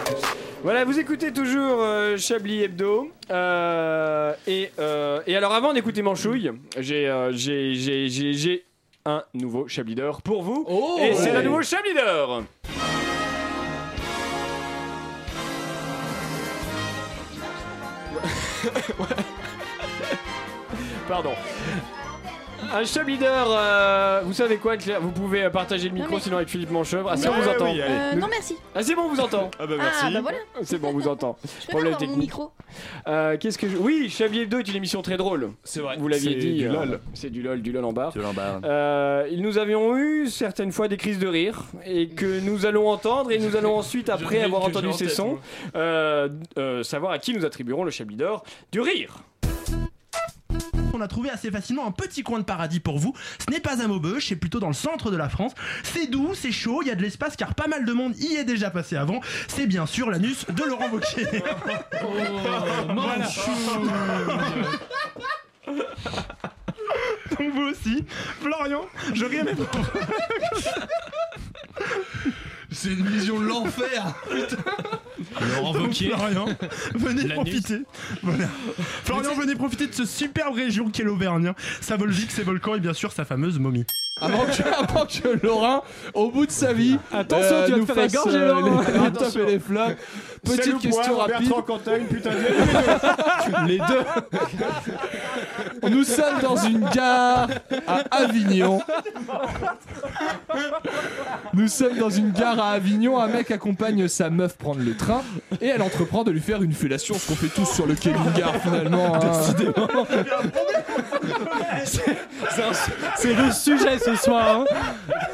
[SPEAKER 1] Voilà, vous écoutez toujours euh, Chablis Hebdo. Euh, et, euh, et alors, avant d'écouter Manchouille, j'ai euh, j'ai- j'ai- j'ai- j'ai un nouveau Chablis d'or pour vous. et c'est
[SPEAKER 4] Ouais.
[SPEAKER 1] le nouveau Chablis d'or. Pardon. Un Chablis d'or, euh, vous savez quoi, Claire Vous pouvez euh, partager le micro, sinon avec Philippe Manchevre. Ah, si, on vous entend.
[SPEAKER 7] Euh, non, merci.
[SPEAKER 1] Ah c'est bon, on vous entend.
[SPEAKER 7] Ah, bah, merci. Ah, bah, voilà.
[SPEAKER 1] C'est bon, on vous entend.
[SPEAKER 7] Je peux avoir mon micro.
[SPEAKER 1] Euh, Qu'est-ce que je... Oui, Chablis Hebdo est une émission très drôle. C'est vrai. Vous l'aviez
[SPEAKER 6] C'est
[SPEAKER 1] dit.
[SPEAKER 6] du
[SPEAKER 1] euh,
[SPEAKER 6] lol.
[SPEAKER 1] C'est du lol, du lol en barre. Euh, ils nous avions eu certaines fois des crises de rire et que nous allons entendre et nous allons ensuite, après
[SPEAKER 6] l'ai
[SPEAKER 1] avoir
[SPEAKER 6] que j'ai
[SPEAKER 1] entendu
[SPEAKER 6] en
[SPEAKER 1] ces
[SPEAKER 6] tête,
[SPEAKER 1] sons,
[SPEAKER 6] moi.
[SPEAKER 1] euh, euh, savoir à qui nous attribuerons le Chablis d'or du rire.
[SPEAKER 8] On a trouvé assez facilement un petit coin de paradis pour vous. Ce n'est pas à Maubeuge, c'est plutôt dans le centre de la France. C'est doux, c'est chaud, il y a de l'espace car pas mal de monde y est déjà passé avant. C'est bien sûr l'anus de Laurent Wauquiez.
[SPEAKER 1] Oh,
[SPEAKER 8] Voilà. Donc vous aussi, Florian, je rien même C'est une vision de l'enfer
[SPEAKER 21] Laurent
[SPEAKER 8] Donc,
[SPEAKER 21] Wauquiez.
[SPEAKER 8] Florian, venez
[SPEAKER 21] L'anus.
[SPEAKER 8] profiter. Voilà. Florian, venez profiter de ce superbe région qu'est l'Auvergne. Sa volvic, ses volcans et bien sûr sa fameuse momie.
[SPEAKER 4] avant que, avant que Laurent, au bout de sa vie,
[SPEAKER 15] Attention, tu vas te
[SPEAKER 4] nous
[SPEAKER 15] faire la
[SPEAKER 4] fasse,
[SPEAKER 15] gorge,
[SPEAKER 4] euh,
[SPEAKER 15] Laurent.
[SPEAKER 4] les, les tops et les flops. Petite
[SPEAKER 15] Salut,
[SPEAKER 4] question
[SPEAKER 15] Poivre,
[SPEAKER 4] rapide.
[SPEAKER 15] Bertrand Cantat, une putain
[SPEAKER 1] Euh.
[SPEAKER 4] les deux. Nous sommes dans une gare à Avignon. Nous sommes dans une gare à Avignon. Un mec accompagne sa meuf prendre le train et elle entreprend de lui faire une fellation, ce qu'on fait tous sur le quai d'une gare finalement. hein.
[SPEAKER 5] C'est le sujet ce soir.
[SPEAKER 11] hein.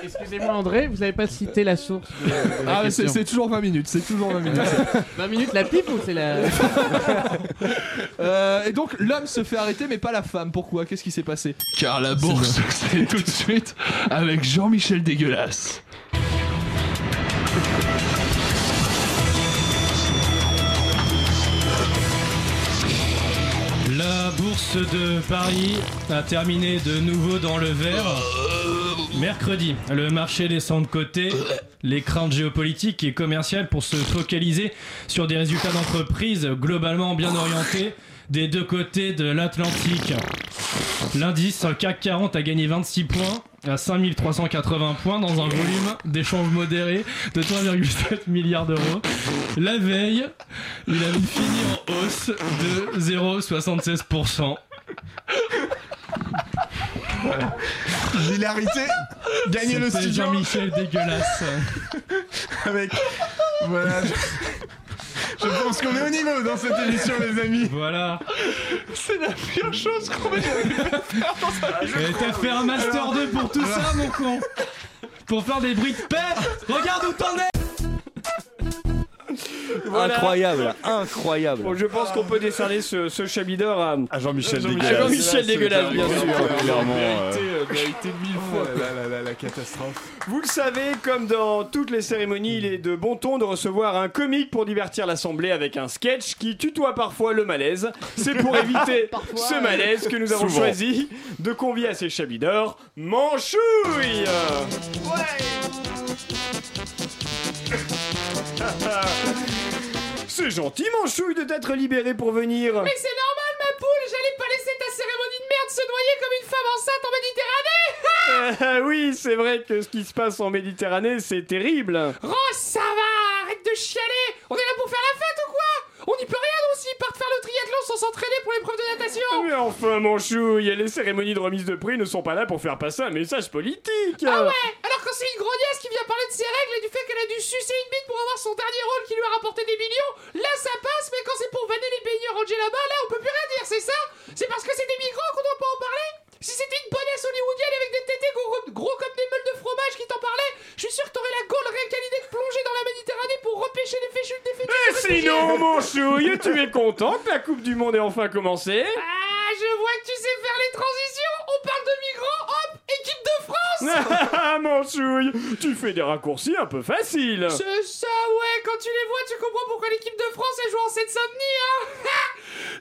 [SPEAKER 7] Excusez-moi André, vous n'avez pas cité la source de, de la
[SPEAKER 4] Ah, mais c'est
[SPEAKER 7] question.
[SPEAKER 4] c'est toujours 20 minutes, c'est toujours 20 minutes.
[SPEAKER 7] 20 minutes la pipe ou c'est la...
[SPEAKER 4] Euh, et donc l'homme se fait arrêter mais pas la femme. Pourquoi Qu'est-ce qui s'est passé
[SPEAKER 16] Car la bourse, c'est tout de suite avec Jean-Michel Dégueulasse.
[SPEAKER 5] La bourse de Paris a terminé de nouveau dans le vert. Mercredi, le marché descend de côté. Les craintes géopolitiques et commerciales pour se focaliser sur des résultats d'entreprises globalement bien orientés des deux côtés de l'Atlantique. L'indice CAC 40 a gagné 26 points à 5380 points dans un volume d'échanges modérés de 3,7 milliards d'euros. La veille, il avait fini en hausse de 0,76%.
[SPEAKER 3] L'hilarité Gagnez le
[SPEAKER 5] C'était
[SPEAKER 3] studio
[SPEAKER 5] Jean-Michel dégueulasse.
[SPEAKER 3] Avec. Voilà. Je, je pense qu'on est au niveau dans cette émission, les amis.
[SPEAKER 5] Voilà.
[SPEAKER 3] C'est la pire chose qu'on m'ait faire dans sa vie.
[SPEAKER 5] Mais t'as fait un Master 2 pour tout ça, mon con Pour faire des bruits de paix Regarde où t'en es
[SPEAKER 1] Voilà.
[SPEAKER 8] Incroyable, incroyable.
[SPEAKER 1] Bon, je pense qu'on peut décerner ce, ce chablis d'or à,
[SPEAKER 8] Jean-Michel
[SPEAKER 1] À
[SPEAKER 8] Dégueulasse.
[SPEAKER 1] Jean-Michel Dégueulasse, bien sûr.
[SPEAKER 3] euh,
[SPEAKER 1] euh.
[SPEAKER 15] Clairement,
[SPEAKER 3] Vérité de euh, mille fois. La, la, la, la catastrophe.
[SPEAKER 1] Vous le savez, comme dans toutes les cérémonies, il est de bon ton de recevoir un comique pour divertir l'assemblée avec un sketch qui tutoie parfois le malaise. C'est pour éviter
[SPEAKER 15] Parfois,
[SPEAKER 1] ce malaise que nous avons
[SPEAKER 15] souvent.
[SPEAKER 1] choisi de convier à ces chablis d'or Manchouille C'est gentil, Manchouille, de t'être libéré pour venir.
[SPEAKER 22] Mais c'est normal, ma poule J'allais pas laisser ta cérémonie de merde se noyer comme une femme enceinte en
[SPEAKER 1] Euh,
[SPEAKER 22] Méditerranée
[SPEAKER 1] oui, c'est vrai que ce qui se passe en Méditerranée, c'est terrible.
[SPEAKER 22] Rose, Oh, ça va Arrête de chialer On est là pour faire la fête ou quoi On n'y peut rien, nous, s'ils partent faire le triathlon sans s'entraîner pour l'épreuve de natation
[SPEAKER 1] Mais enfin, mon chouille, les cérémonies de remise de prix ne sont pas là pour faire passer un message politique.
[SPEAKER 22] Ah ouais Alors quand c'est une grognasse qui vient parler de ses règles et du fait qu'elle a dû sucer une bite pour avoir son dernier rôle qui lui a rapporté des millions, là ça passe, mais quand c'est pour vanner les baigneurs Angela là-bas, là on peut plus rien dire, c'est ça C'est parce que c'est des migrants qu'on doit pas en parler Si c'était une bonasse hollywoodienne avec des tétés gros, gros comme des meules de fromage qui t'en parlait, je suis sûr que t'aurais la gaule rien qu'à l'idée de plonger dans la Méditerranée pour repêcher les féchus des fétus
[SPEAKER 1] Et sinon, mon chouille, tu es content que la Coupe du Monde ait enfin commencé
[SPEAKER 22] Ah, je vois que tu sais faire les transitions On parle de migrants, hop, équipe de France
[SPEAKER 1] Ah, mon chouille, tu fais des raccourcis un peu faciles.
[SPEAKER 22] C'est ça, ouais, quand tu les vois, tu comprends pourquoi l'équipe de France elle joue en Seine-Saint-Denis, hein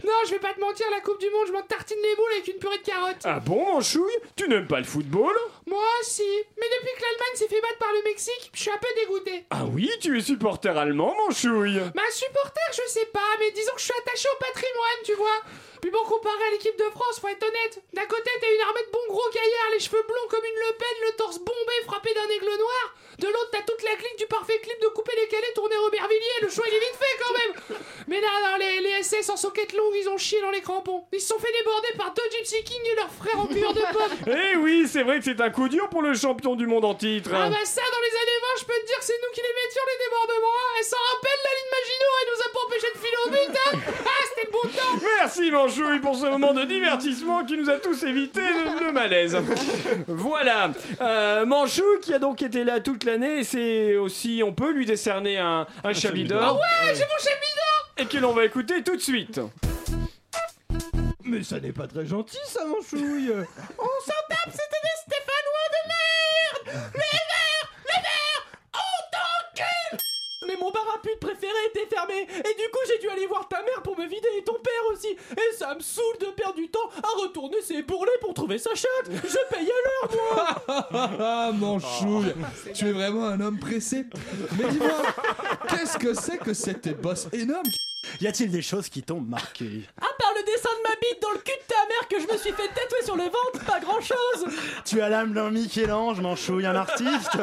[SPEAKER 22] Non, je vais pas te mentir, la Coupe du Monde, je m'en tartine les boules avec une purée de carottes.
[SPEAKER 1] Ah bon, mon chouille, tu n'aimes pas le football
[SPEAKER 22] Moi aussi, mais depuis que l'Allemagne s'est fait battre par le Mexique, je suis un peu dégoûté.
[SPEAKER 1] Ah oui, tu es supporter allemand, mon chouille.
[SPEAKER 22] Ma supporter, je sais pas, mais disons que je suis attaché au patrimoine, tu vois. Puis bon, comparé à l'équipe de France, faut être honnête. D'un côté, t'as une armée de bons gros gaillards, les cheveux blonds comme une Le Pen, le torse bombé, frappé d'un aigle noir. De l'autre, t'as toute la clique du parfait clip de couper les calais, tourner Robert Villiers. Le choix, il est vite fait quand même. Mais là, là, les, les SS en soquette longue, ils ont chié dans les crampons. Ils se sont fait déborder par deux Gypsy King et leurs frères en pure de pommes.
[SPEAKER 1] Eh oui, c'est vrai que c'est un coup dur pour le champion du monde en titre.
[SPEAKER 22] Ah bah ça, dans les années 20, je peux te dire que c'est nous qui les mettions les débordements. hein. Elle s'en rappelle la ligne Maginot, elle nous a pas empêché de filer au but. hein. Ah, c'était le bon temps.
[SPEAKER 1] Merci Manchouille pour ce moment de divertissement qui nous a tous évité le, le malaise. Voilà, euh, Manchou qui a donc été là toute l'année, c'est aussi on peut lui décerner un, un chablis
[SPEAKER 22] Ah
[SPEAKER 1] d'or
[SPEAKER 22] ouais, j'ai mon chablis d'or.
[SPEAKER 1] et que l'on va écouter tout de suite.
[SPEAKER 7] Mais ça n'est pas très gentil ça mon chouille
[SPEAKER 22] On s'en tape, c'était des Stéphanois de merde. Les verts, les verts, on t'encule.
[SPEAKER 7] Mais mon bar à pute préféré était fermé Et du coup j'ai dû aller voir ta mère pour me vider et ton père aussi Et ça me saoule de perdre du temps à retourner ses bourrelets pour trouver sa chatte Je paye à l'heure moi
[SPEAKER 4] Ah, mon chouille, tu es vraiment un homme pressé. Mais dis-moi, qu'est-ce que c'est que cette bosse énorme
[SPEAKER 23] Y a-t-il des choses qui t'ont marqué
[SPEAKER 7] Ah par le dessin de ma bite dans le cul de ta mère que je me suis fait tatouer sur le ventre, pas grand chose
[SPEAKER 8] Tu as l'âme d'un Michel-Ange, manchouille, un artiste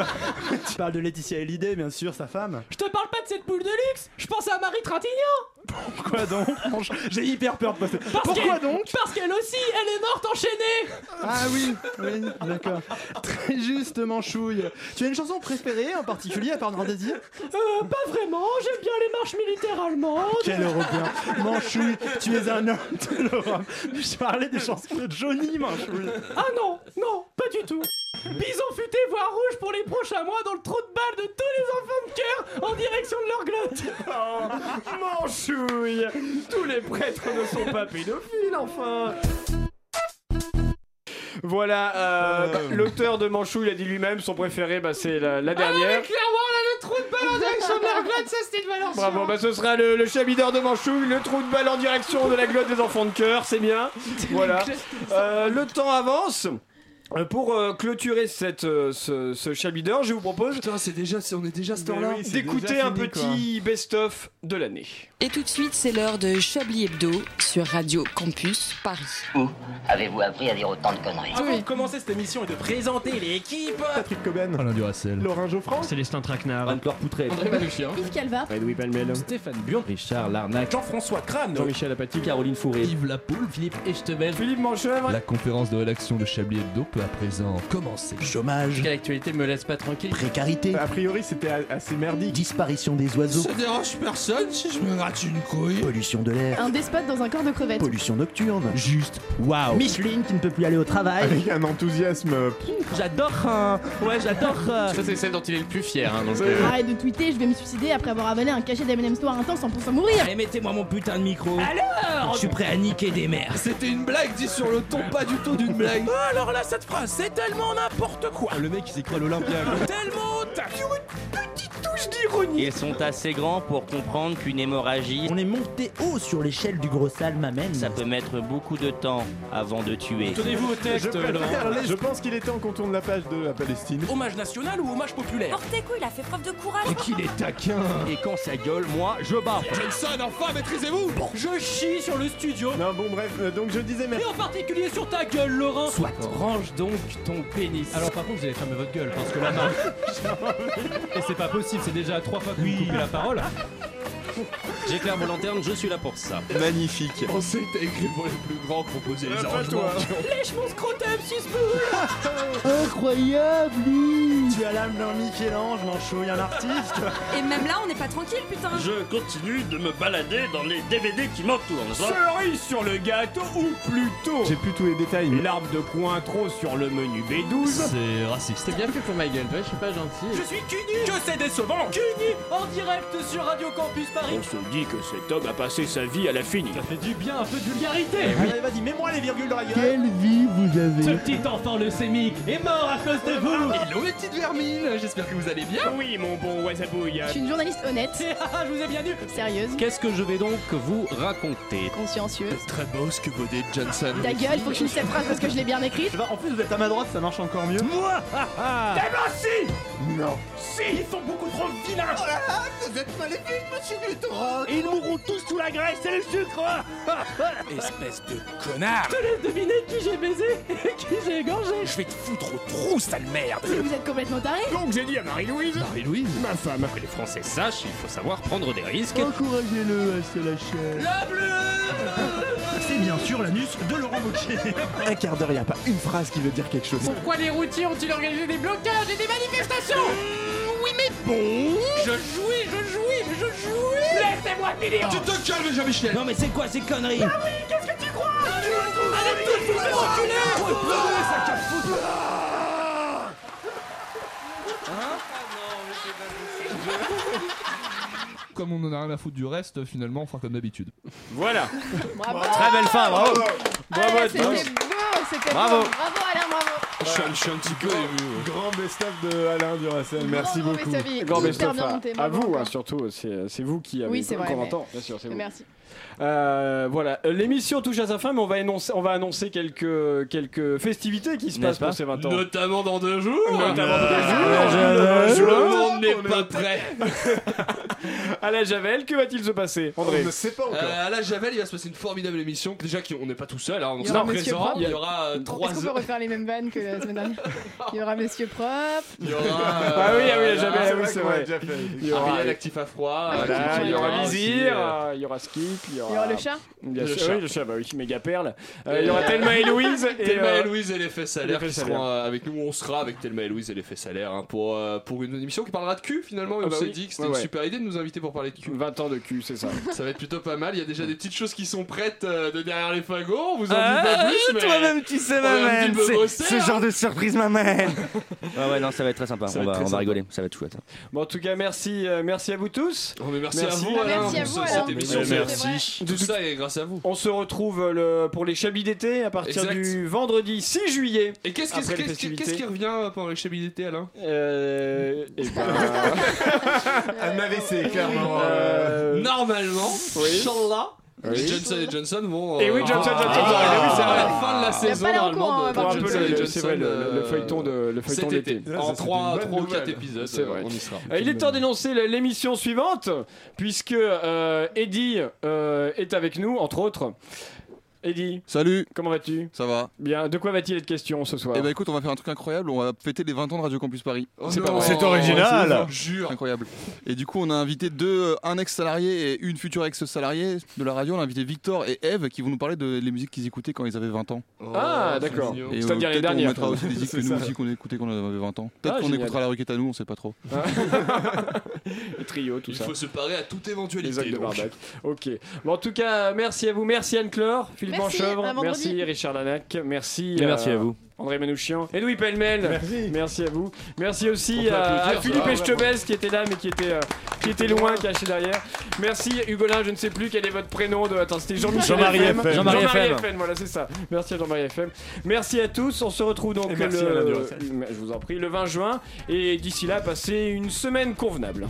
[SPEAKER 8] Tu parles de Laetitia Hallyday, bien sûr, sa femme.
[SPEAKER 7] Je te parle pas de cette boule de luxe, je pense à Marie Trintignant
[SPEAKER 8] Pourquoi donc Franchement, J'ai hyper peur de passer. Pourquoi
[SPEAKER 7] qu'elle-
[SPEAKER 8] donc
[SPEAKER 7] Parce qu'elle aussi, elle est morte enchaînée
[SPEAKER 8] Ah oui, oui, d'accord. Très juste, manchouille. Tu as une chanson préférée en particulier, à part Noir Désir
[SPEAKER 7] Euh, pas vraiment, j'aime bien les marches militaires allemandes
[SPEAKER 8] Quel européen Manchouille, tu es un homme de l'Europe Je parlais des chansons de Johnny, Manchouille
[SPEAKER 7] Ah non, non, pas du tout. Bison futé voire rouge pour les prochains mois dans le trou de balle de tous les enfants de cœur en direction de leur glotte.
[SPEAKER 12] Oh,
[SPEAKER 8] Manchouille
[SPEAKER 7] Tous les prêtres ne sont pas pédophiles enfin.
[SPEAKER 1] Voilà, euh, bah, l'auteur de Manchou, il a dit lui-même, son préféré, bah, c'est la, la
[SPEAKER 22] Ah non, mais
[SPEAKER 1] dernière.
[SPEAKER 22] clairement, là, le trou de balle en direction de la glotte, ça c'était une valeur sûre.
[SPEAKER 1] Bravo, bah, ce sera le, le chabideur de Manchou, le trou de balle en direction de la glotte des enfants de cœur, c'est bien. Voilà. Euh, le temps avance. Euh, Pour euh, clôturer cette, euh, ce, ce chabideur, je vous propose
[SPEAKER 4] on est déjà
[SPEAKER 1] d'écouter un petit best-of de l'année.
[SPEAKER 9] Et tout de suite, c'est l'heure de Chablis Hebdo sur Radio Campus Paris.
[SPEAKER 24] Où avez-vous appris à dire autant de conneries
[SPEAKER 25] Ah
[SPEAKER 26] Avant de commencer cette émission et de présenter l'équipe,
[SPEAKER 8] Patrick Coben,
[SPEAKER 4] Alain Duracel,
[SPEAKER 8] Laurent Geoffran,
[SPEAKER 4] Célestin Traquenard, Anne-Claude Poutré,
[SPEAKER 10] Yves Calva.
[SPEAKER 4] Edoui Palmel, Stéphane Burn, Richard Larnac,
[SPEAKER 26] Jean-François Crane,
[SPEAKER 4] Jean-Michel Apathy, Caroline Fourré, Yves Lapoule, Philippe Echtebel,
[SPEAKER 1] Philippe Manchevre.
[SPEAKER 4] La conférence de rédaction de Chablis Hebdo peut à présent commencer.
[SPEAKER 8] Chômage.
[SPEAKER 4] Quelle actualité me laisse pas tranquille
[SPEAKER 8] Précarité. A priori, c'était a- assez merdique. Disparition des oiseaux.
[SPEAKER 12] Ça dérange personne si je me gratte une couille.
[SPEAKER 8] Pollution de l'air.
[SPEAKER 10] Un despote dans un corps de crevette.
[SPEAKER 8] Pollution nocturne. Juste. Waouh. Micheline qui ne peut plus aller au travail.
[SPEAKER 3] Avec un enthousiasme. euh,
[SPEAKER 8] J'adore. euh, Ouais, j'adore. euh,
[SPEAKER 27] Ça, c'est celle dont il est le plus fier. Hein, donc, euh,
[SPEAKER 10] Arrête de tweeter, je vais me suicider après avoir avalé un cachet d'M&M's Noir intense en pensant mourir.
[SPEAKER 12] Allez, mettez-moi mon putain de micro. Alors Je suis prêt à niquer des mères. C'était une blague, dit sur le ton, pas du tout d'une blague.
[SPEAKER 7] Oh,
[SPEAKER 12] alors là, cette phrase, c'est tellement n'importe quoi.
[SPEAKER 28] Le mec, il s'est cru à l'Olympia.
[SPEAKER 12] tellement Sur une petite touche d'ironie.
[SPEAKER 6] Ils sont assez grands pour comprendre qu'une hémorragie. On est monté haut sur l'échelle du gros salmamen. Ça peut mettre beaucoup de temps avant de tuer.
[SPEAKER 26] Tenez-vous au texte,
[SPEAKER 3] je, préfère
[SPEAKER 26] Laurent.
[SPEAKER 3] les- je pense qu'il est temps qu'on tourne la page de la Palestine.
[SPEAKER 26] Hommage national ou hommage populaire
[SPEAKER 25] Porteco, il a fait preuve de courage.
[SPEAKER 28] taquin Et quand ça gueule, moi, je bats
[SPEAKER 12] Johnson, enfin, maîtrisez-vous
[SPEAKER 26] Je chie sur le studio
[SPEAKER 3] Non, bon, bref, euh, donc je disais merci.
[SPEAKER 7] Et en particulier sur ta gueule, Laurent
[SPEAKER 3] Soit.
[SPEAKER 7] Range donc ton pénis. Alors par contre, vous allez fermer votre gueule parce que la main. Et c'est pas possible, c'est déjà trois fois que vous me coupez la parole.
[SPEAKER 29] J'éclaire mon lanterne, je suis là pour ça.
[SPEAKER 4] Magnifique. On sait que t'as écrit pour les plus grands composés les arrangements.
[SPEAKER 7] Lèche mon scrotum, suspoule
[SPEAKER 8] Incroyable, lui Tu as l'âme d'un Michel-Ange, Manchouille, un artiste.
[SPEAKER 25] Et même là, on n'est pas tranquille, putain.
[SPEAKER 29] Je continue de me balader dans les DVD qui m'entourent.
[SPEAKER 1] Cerise sur le gâteau, ou plutôt. J'ai plus tous les détails. L'arbre de Cointreau sur le menu B12.
[SPEAKER 4] C'est raciste.
[SPEAKER 1] C'est bien fait pour ma gueule, je suis pas
[SPEAKER 7] Je
[SPEAKER 1] gentil.
[SPEAKER 7] suis cunu Que c'est décevant Cunu En direct sur Radio Campus Paris
[SPEAKER 29] On se dit que cet homme a passé sa vie à la fini.
[SPEAKER 7] Ça fait du bien un peu de vulgarité
[SPEAKER 8] Allez, vas-y, mets-moi les virgules dans la gueule.
[SPEAKER 7] vie vous avez Ce petit enfant leucémique est mort à cause de vous
[SPEAKER 12] Hello les petites vermines, j'espère que vous allez bien. Oui mon bon Wasabouille.
[SPEAKER 10] Je suis une journaliste honnête.
[SPEAKER 12] Ah,
[SPEAKER 7] je vous ai bien vu.
[SPEAKER 10] Sérieuse.
[SPEAKER 29] Qu'est-ce que je vais donc vous raconter
[SPEAKER 10] Consciencieuse.
[SPEAKER 4] Très beau ce que vous dites, Johnson.
[SPEAKER 10] Ta gueule, faut que je finisse cette phrase parce que je l'ai bien écrite.
[SPEAKER 8] En plus, vous êtes à ma droite, ça marche encore mieux. Moi
[SPEAKER 12] Eh ben si
[SPEAKER 8] Non.
[SPEAKER 12] Si Ils sont beaucoup trop vilains Oh là là, vous êtes maléfique, monsieur Dutron Et ils mourront tous sous la graisse et le sucre
[SPEAKER 29] Espèce de connard
[SPEAKER 7] Je te laisse deviner qui j'ai baisé et qui j'ai égorgé
[SPEAKER 29] Je vais te foutre au trou, sale merde
[SPEAKER 10] Mais vous êtes complètement taré.
[SPEAKER 29] Donc j'ai dit à Marie-Louise
[SPEAKER 4] Marie-Louise
[SPEAKER 29] Ma femme Que les Français sachent, il faut savoir prendre des risques.
[SPEAKER 8] Encouragez-le à se lâcher.
[SPEAKER 12] La bleue
[SPEAKER 8] C'est bien sûr l'anus de Laurent Wauquiez. Un quart d'heure, y a pas une phrase qui veut dire quelque chose.
[SPEAKER 22] Pourquoi les routiers ont-ils organisé des blocages et des manifestations
[SPEAKER 29] Mmh,
[SPEAKER 22] Oui, mais
[SPEAKER 12] Bon
[SPEAKER 22] je jouis, je jouis, mais je jouis Laissez-moi finir
[SPEAKER 12] Tu te calmes Jean-Michel Non mais c'est quoi ces conneries
[SPEAKER 22] Ah oui, qu'est-ce que tu crois
[SPEAKER 12] Allez tous vous faire enculer
[SPEAKER 4] Ah
[SPEAKER 12] Ah
[SPEAKER 4] Comme on en a rien à foutre du reste, finalement, on fera comme d'habitude.
[SPEAKER 1] Voilà.
[SPEAKER 10] Bravo.
[SPEAKER 1] Très belle fin, bravo.
[SPEAKER 10] Ah,
[SPEAKER 1] Bravo à
[SPEAKER 10] C'était beau,
[SPEAKER 1] tous.
[SPEAKER 10] c'était
[SPEAKER 7] Bravo.
[SPEAKER 10] bon. Bravo Alain, bravo.
[SPEAKER 7] Je suis, un petit peu ému. Grand best-of de Alain Duracell, merci
[SPEAKER 10] grand
[SPEAKER 7] beaucoup.
[SPEAKER 10] best-of, il est Grand hyper best-of bien à- monté,
[SPEAKER 1] à
[SPEAKER 10] bravo
[SPEAKER 1] vous, hein, surtout, c'est c'est vous qui avez
[SPEAKER 10] Oui, c'est vrai.
[SPEAKER 1] qu'on
[SPEAKER 10] mais-
[SPEAKER 1] entend, bien sûr, c'est vous.
[SPEAKER 10] Merci.
[SPEAKER 1] Euh, voilà, Euh, l'émission touche à sa fin, mais on va annoncer, on va annoncer quelques, quelques festivités qui se
[SPEAKER 30] N'est-ce
[SPEAKER 1] passent
[SPEAKER 30] pas
[SPEAKER 1] pour ces 20 ans.
[SPEAKER 30] Notamment dans deux jours.
[SPEAKER 1] Notamment dans
[SPEAKER 4] Ah,
[SPEAKER 1] deux
[SPEAKER 30] Euh,
[SPEAKER 1] jours.
[SPEAKER 30] Le
[SPEAKER 1] Je-
[SPEAKER 30] monde n'est pas prêt.
[SPEAKER 1] À la Javel, que va-t-il se passer, André Ah
[SPEAKER 4] Euh, à la Javel, il va se passer une formidable émission. Déjà qu'on n'est pas tout seul, hein, on
[SPEAKER 10] Il y
[SPEAKER 4] sera
[SPEAKER 10] aura Monsieur
[SPEAKER 4] présent.
[SPEAKER 10] Propre.
[SPEAKER 4] Il y aura euh,
[SPEAKER 10] Est-ce qu'on
[SPEAKER 4] trois
[SPEAKER 10] peut
[SPEAKER 4] heures.
[SPEAKER 10] refaire les mêmes vannes que la semaine dernière Il y aura Monsieur Propre.
[SPEAKER 4] Il y aura. euh,
[SPEAKER 1] Ah oui, ah oui, la Javel,
[SPEAKER 4] c'est
[SPEAKER 1] ah oui,
[SPEAKER 4] vrai
[SPEAKER 1] c'est
[SPEAKER 4] qu'on
[SPEAKER 1] vrai.
[SPEAKER 4] l'a déjà fait.
[SPEAKER 1] Il y aura-
[SPEAKER 4] Ariel, actif à froid.
[SPEAKER 1] Voilà,
[SPEAKER 4] euh,
[SPEAKER 1] il y aura
[SPEAKER 4] aussi,
[SPEAKER 1] Vizir,
[SPEAKER 4] euh,
[SPEAKER 1] euh, il y aura Skip, il y aura,
[SPEAKER 10] Il y aura le chat
[SPEAKER 1] Bien
[SPEAKER 4] Le
[SPEAKER 1] sûr,
[SPEAKER 4] chat.
[SPEAKER 1] oui, le chat, bah oui, méga perle. Euh, il y aura Thelma et Louise. et,
[SPEAKER 4] Thelma
[SPEAKER 1] euh,
[SPEAKER 4] et Louise et les fesses
[SPEAKER 1] et
[SPEAKER 4] salaires
[SPEAKER 1] les
[SPEAKER 4] qui
[SPEAKER 1] fesses à l'air.
[SPEAKER 4] seront euh, avec nous. On sera avec Thelma et Louise et les fesses salaires pour, euh, pour une émission qui parlera de cul finalement. Et
[SPEAKER 1] Ah
[SPEAKER 4] on
[SPEAKER 1] bah
[SPEAKER 4] s'est
[SPEAKER 1] oui.
[SPEAKER 4] dit que c'était
[SPEAKER 1] Ouais,
[SPEAKER 4] une
[SPEAKER 1] ouais.
[SPEAKER 4] super idée de nous inviter pour parler de cul.
[SPEAKER 1] 20 ans de cul, c'est ça.
[SPEAKER 4] Ça va être plutôt pas mal. Il y a déjà des petites choses qui sont prêtes euh, de derrière les fagots. On vous en dit
[SPEAKER 6] Ah,
[SPEAKER 4] pas plus. mais
[SPEAKER 6] toi-même, tu sais,
[SPEAKER 4] on est un
[SPEAKER 6] ma
[SPEAKER 4] petit
[SPEAKER 6] man,
[SPEAKER 4] peu
[SPEAKER 6] c'est-
[SPEAKER 4] bossé,
[SPEAKER 6] ce
[SPEAKER 4] hein.
[SPEAKER 6] genre de surprise, ma man. Ah Ouais, ouais, non, ça va être très sympa.
[SPEAKER 1] Ça va
[SPEAKER 6] on
[SPEAKER 1] être
[SPEAKER 6] va,
[SPEAKER 1] très
[SPEAKER 6] on va
[SPEAKER 1] sympa.
[SPEAKER 6] rigoler. Ça va être chouette.
[SPEAKER 1] Bon, en tout cas, merci, euh, merci à vous tous.
[SPEAKER 4] merci à vous, Bah, Alain, merci à pour vous, ce- Alain. cette émission, c'est- c'est vrai. Tout ça est grâce à vous.
[SPEAKER 1] On se retrouve euh, le, pour les chablis d'été à partir
[SPEAKER 4] Exact.
[SPEAKER 1] du vendredi 6 juillet.
[SPEAKER 4] Et qu'est-ce qui-
[SPEAKER 1] Après les
[SPEAKER 4] qu'est-ce qui
[SPEAKER 1] festivités.
[SPEAKER 4] qu'est-ce qui revient euh, pendant les chabilités, Alain
[SPEAKER 1] Euh. Et ben.
[SPEAKER 7] Un AVC, clairement.
[SPEAKER 4] Euh, Normalement,
[SPEAKER 7] Oui.
[SPEAKER 4] Inch'Allah,
[SPEAKER 7] Oui.
[SPEAKER 4] les Johnson et Johnson vont.
[SPEAKER 1] Et oui,
[SPEAKER 4] euh,
[SPEAKER 1] Johnson
[SPEAKER 4] ah,
[SPEAKER 1] Johnson,
[SPEAKER 4] ah,
[SPEAKER 1] et oui, c'est
[SPEAKER 4] à
[SPEAKER 1] vrai.
[SPEAKER 4] la fin de la
[SPEAKER 1] Il y a
[SPEAKER 4] saison,
[SPEAKER 1] pas l'air au
[SPEAKER 4] normalement,
[SPEAKER 1] courant,
[SPEAKER 4] de-
[SPEAKER 1] hein,
[SPEAKER 4] de
[SPEAKER 1] pour un
[SPEAKER 4] Johnson
[SPEAKER 1] peu le-
[SPEAKER 4] et
[SPEAKER 1] le-
[SPEAKER 4] Johnson.
[SPEAKER 1] c'est vrai, le-
[SPEAKER 4] euh,
[SPEAKER 1] le feuilleton de- le feuilleton
[SPEAKER 4] cet été.
[SPEAKER 1] d'été. Ça,
[SPEAKER 4] En
[SPEAKER 1] c'est une
[SPEAKER 4] 3
[SPEAKER 1] bonne
[SPEAKER 4] ou 4
[SPEAKER 1] nouvelle.
[SPEAKER 4] épisodes,
[SPEAKER 1] C'est vrai.
[SPEAKER 4] euh, on y sera.
[SPEAKER 1] Euh, Il est temps d'énoncer l- l'émission suivante, puisque euh, Eddie euh, est avec nous, entre autres. Eddie.
[SPEAKER 3] Salut.
[SPEAKER 1] Comment vas-tu
[SPEAKER 3] Ça va.
[SPEAKER 1] Bien. De quoi va-t-il être question ce soir
[SPEAKER 3] Eh ben écoute, on va faire un truc incroyable, on va fêter les 20 ans de Radio Campus Paris.
[SPEAKER 1] C'est Oh non. pas vrai.
[SPEAKER 4] Oh,
[SPEAKER 3] Ouais,
[SPEAKER 1] C'est original.
[SPEAKER 3] c'est ouf, hein.
[SPEAKER 1] Jure.
[SPEAKER 3] Incroyable. Et du coup, on a invité deux, euh, un ex-salarié et une future ex-salariée de la radio. On a invité Victor et Eve qui vont nous parler de les musiques qu'ils écoutaient quand ils avaient 20 ans.
[SPEAKER 4] Oh.
[SPEAKER 1] Ah, d'accord.
[SPEAKER 3] Et, euh,
[SPEAKER 1] C'est-à-dire les
[SPEAKER 3] peut-être
[SPEAKER 1] dernières.
[SPEAKER 3] On mettra aussi des musiques que
[SPEAKER 1] C'est
[SPEAKER 3] nous
[SPEAKER 1] ça.
[SPEAKER 3] aussi qu'on écoutait quand on avait 20 ans. Peut-être
[SPEAKER 1] Ah,
[SPEAKER 3] qu'on
[SPEAKER 1] génial.
[SPEAKER 3] écoutera la requête à nous, on sait pas trop.
[SPEAKER 1] Le trio, tout
[SPEAKER 4] Il
[SPEAKER 1] ça.
[SPEAKER 4] faut se parer à toute
[SPEAKER 1] Les
[SPEAKER 4] éventualité.
[SPEAKER 1] actes de
[SPEAKER 4] donc.
[SPEAKER 1] Barbac. Ok. Bon, en tout cas, merci à vous. Merci Anne-Claire, Philippe
[SPEAKER 4] Merci,
[SPEAKER 1] Manchevre.
[SPEAKER 4] à vendredi.
[SPEAKER 1] Merci Richard Lanac. Merci. euh,
[SPEAKER 6] Et merci à vous.
[SPEAKER 1] André Manouchian. Edoui Pellemel. Merci. à vous. Merci
[SPEAKER 6] On
[SPEAKER 1] aussi
[SPEAKER 6] peut
[SPEAKER 1] à,
[SPEAKER 6] applaudir,
[SPEAKER 1] à
[SPEAKER 6] ça
[SPEAKER 1] Philippe
[SPEAKER 6] va,
[SPEAKER 1] Echtebels qui était là mais qui était, euh, qui était loin, caché derrière. Merci Hugolin, je ne sais plus quel est votre prénom. De... Attends, c'était Jean-Michel
[SPEAKER 6] Jean-Marie FM.
[SPEAKER 1] Jean-Marie
[SPEAKER 6] Jean-Marie
[SPEAKER 1] FM.
[SPEAKER 6] FM,
[SPEAKER 1] voilà, c'est ça. Merci à Jean-Marie FM. Merci à tous. On se retrouve donc
[SPEAKER 6] Et merci
[SPEAKER 1] le...
[SPEAKER 6] Alain Duracell.
[SPEAKER 1] je vous en prie, le 20 juin. Et d'ici là, passez une semaine convenable.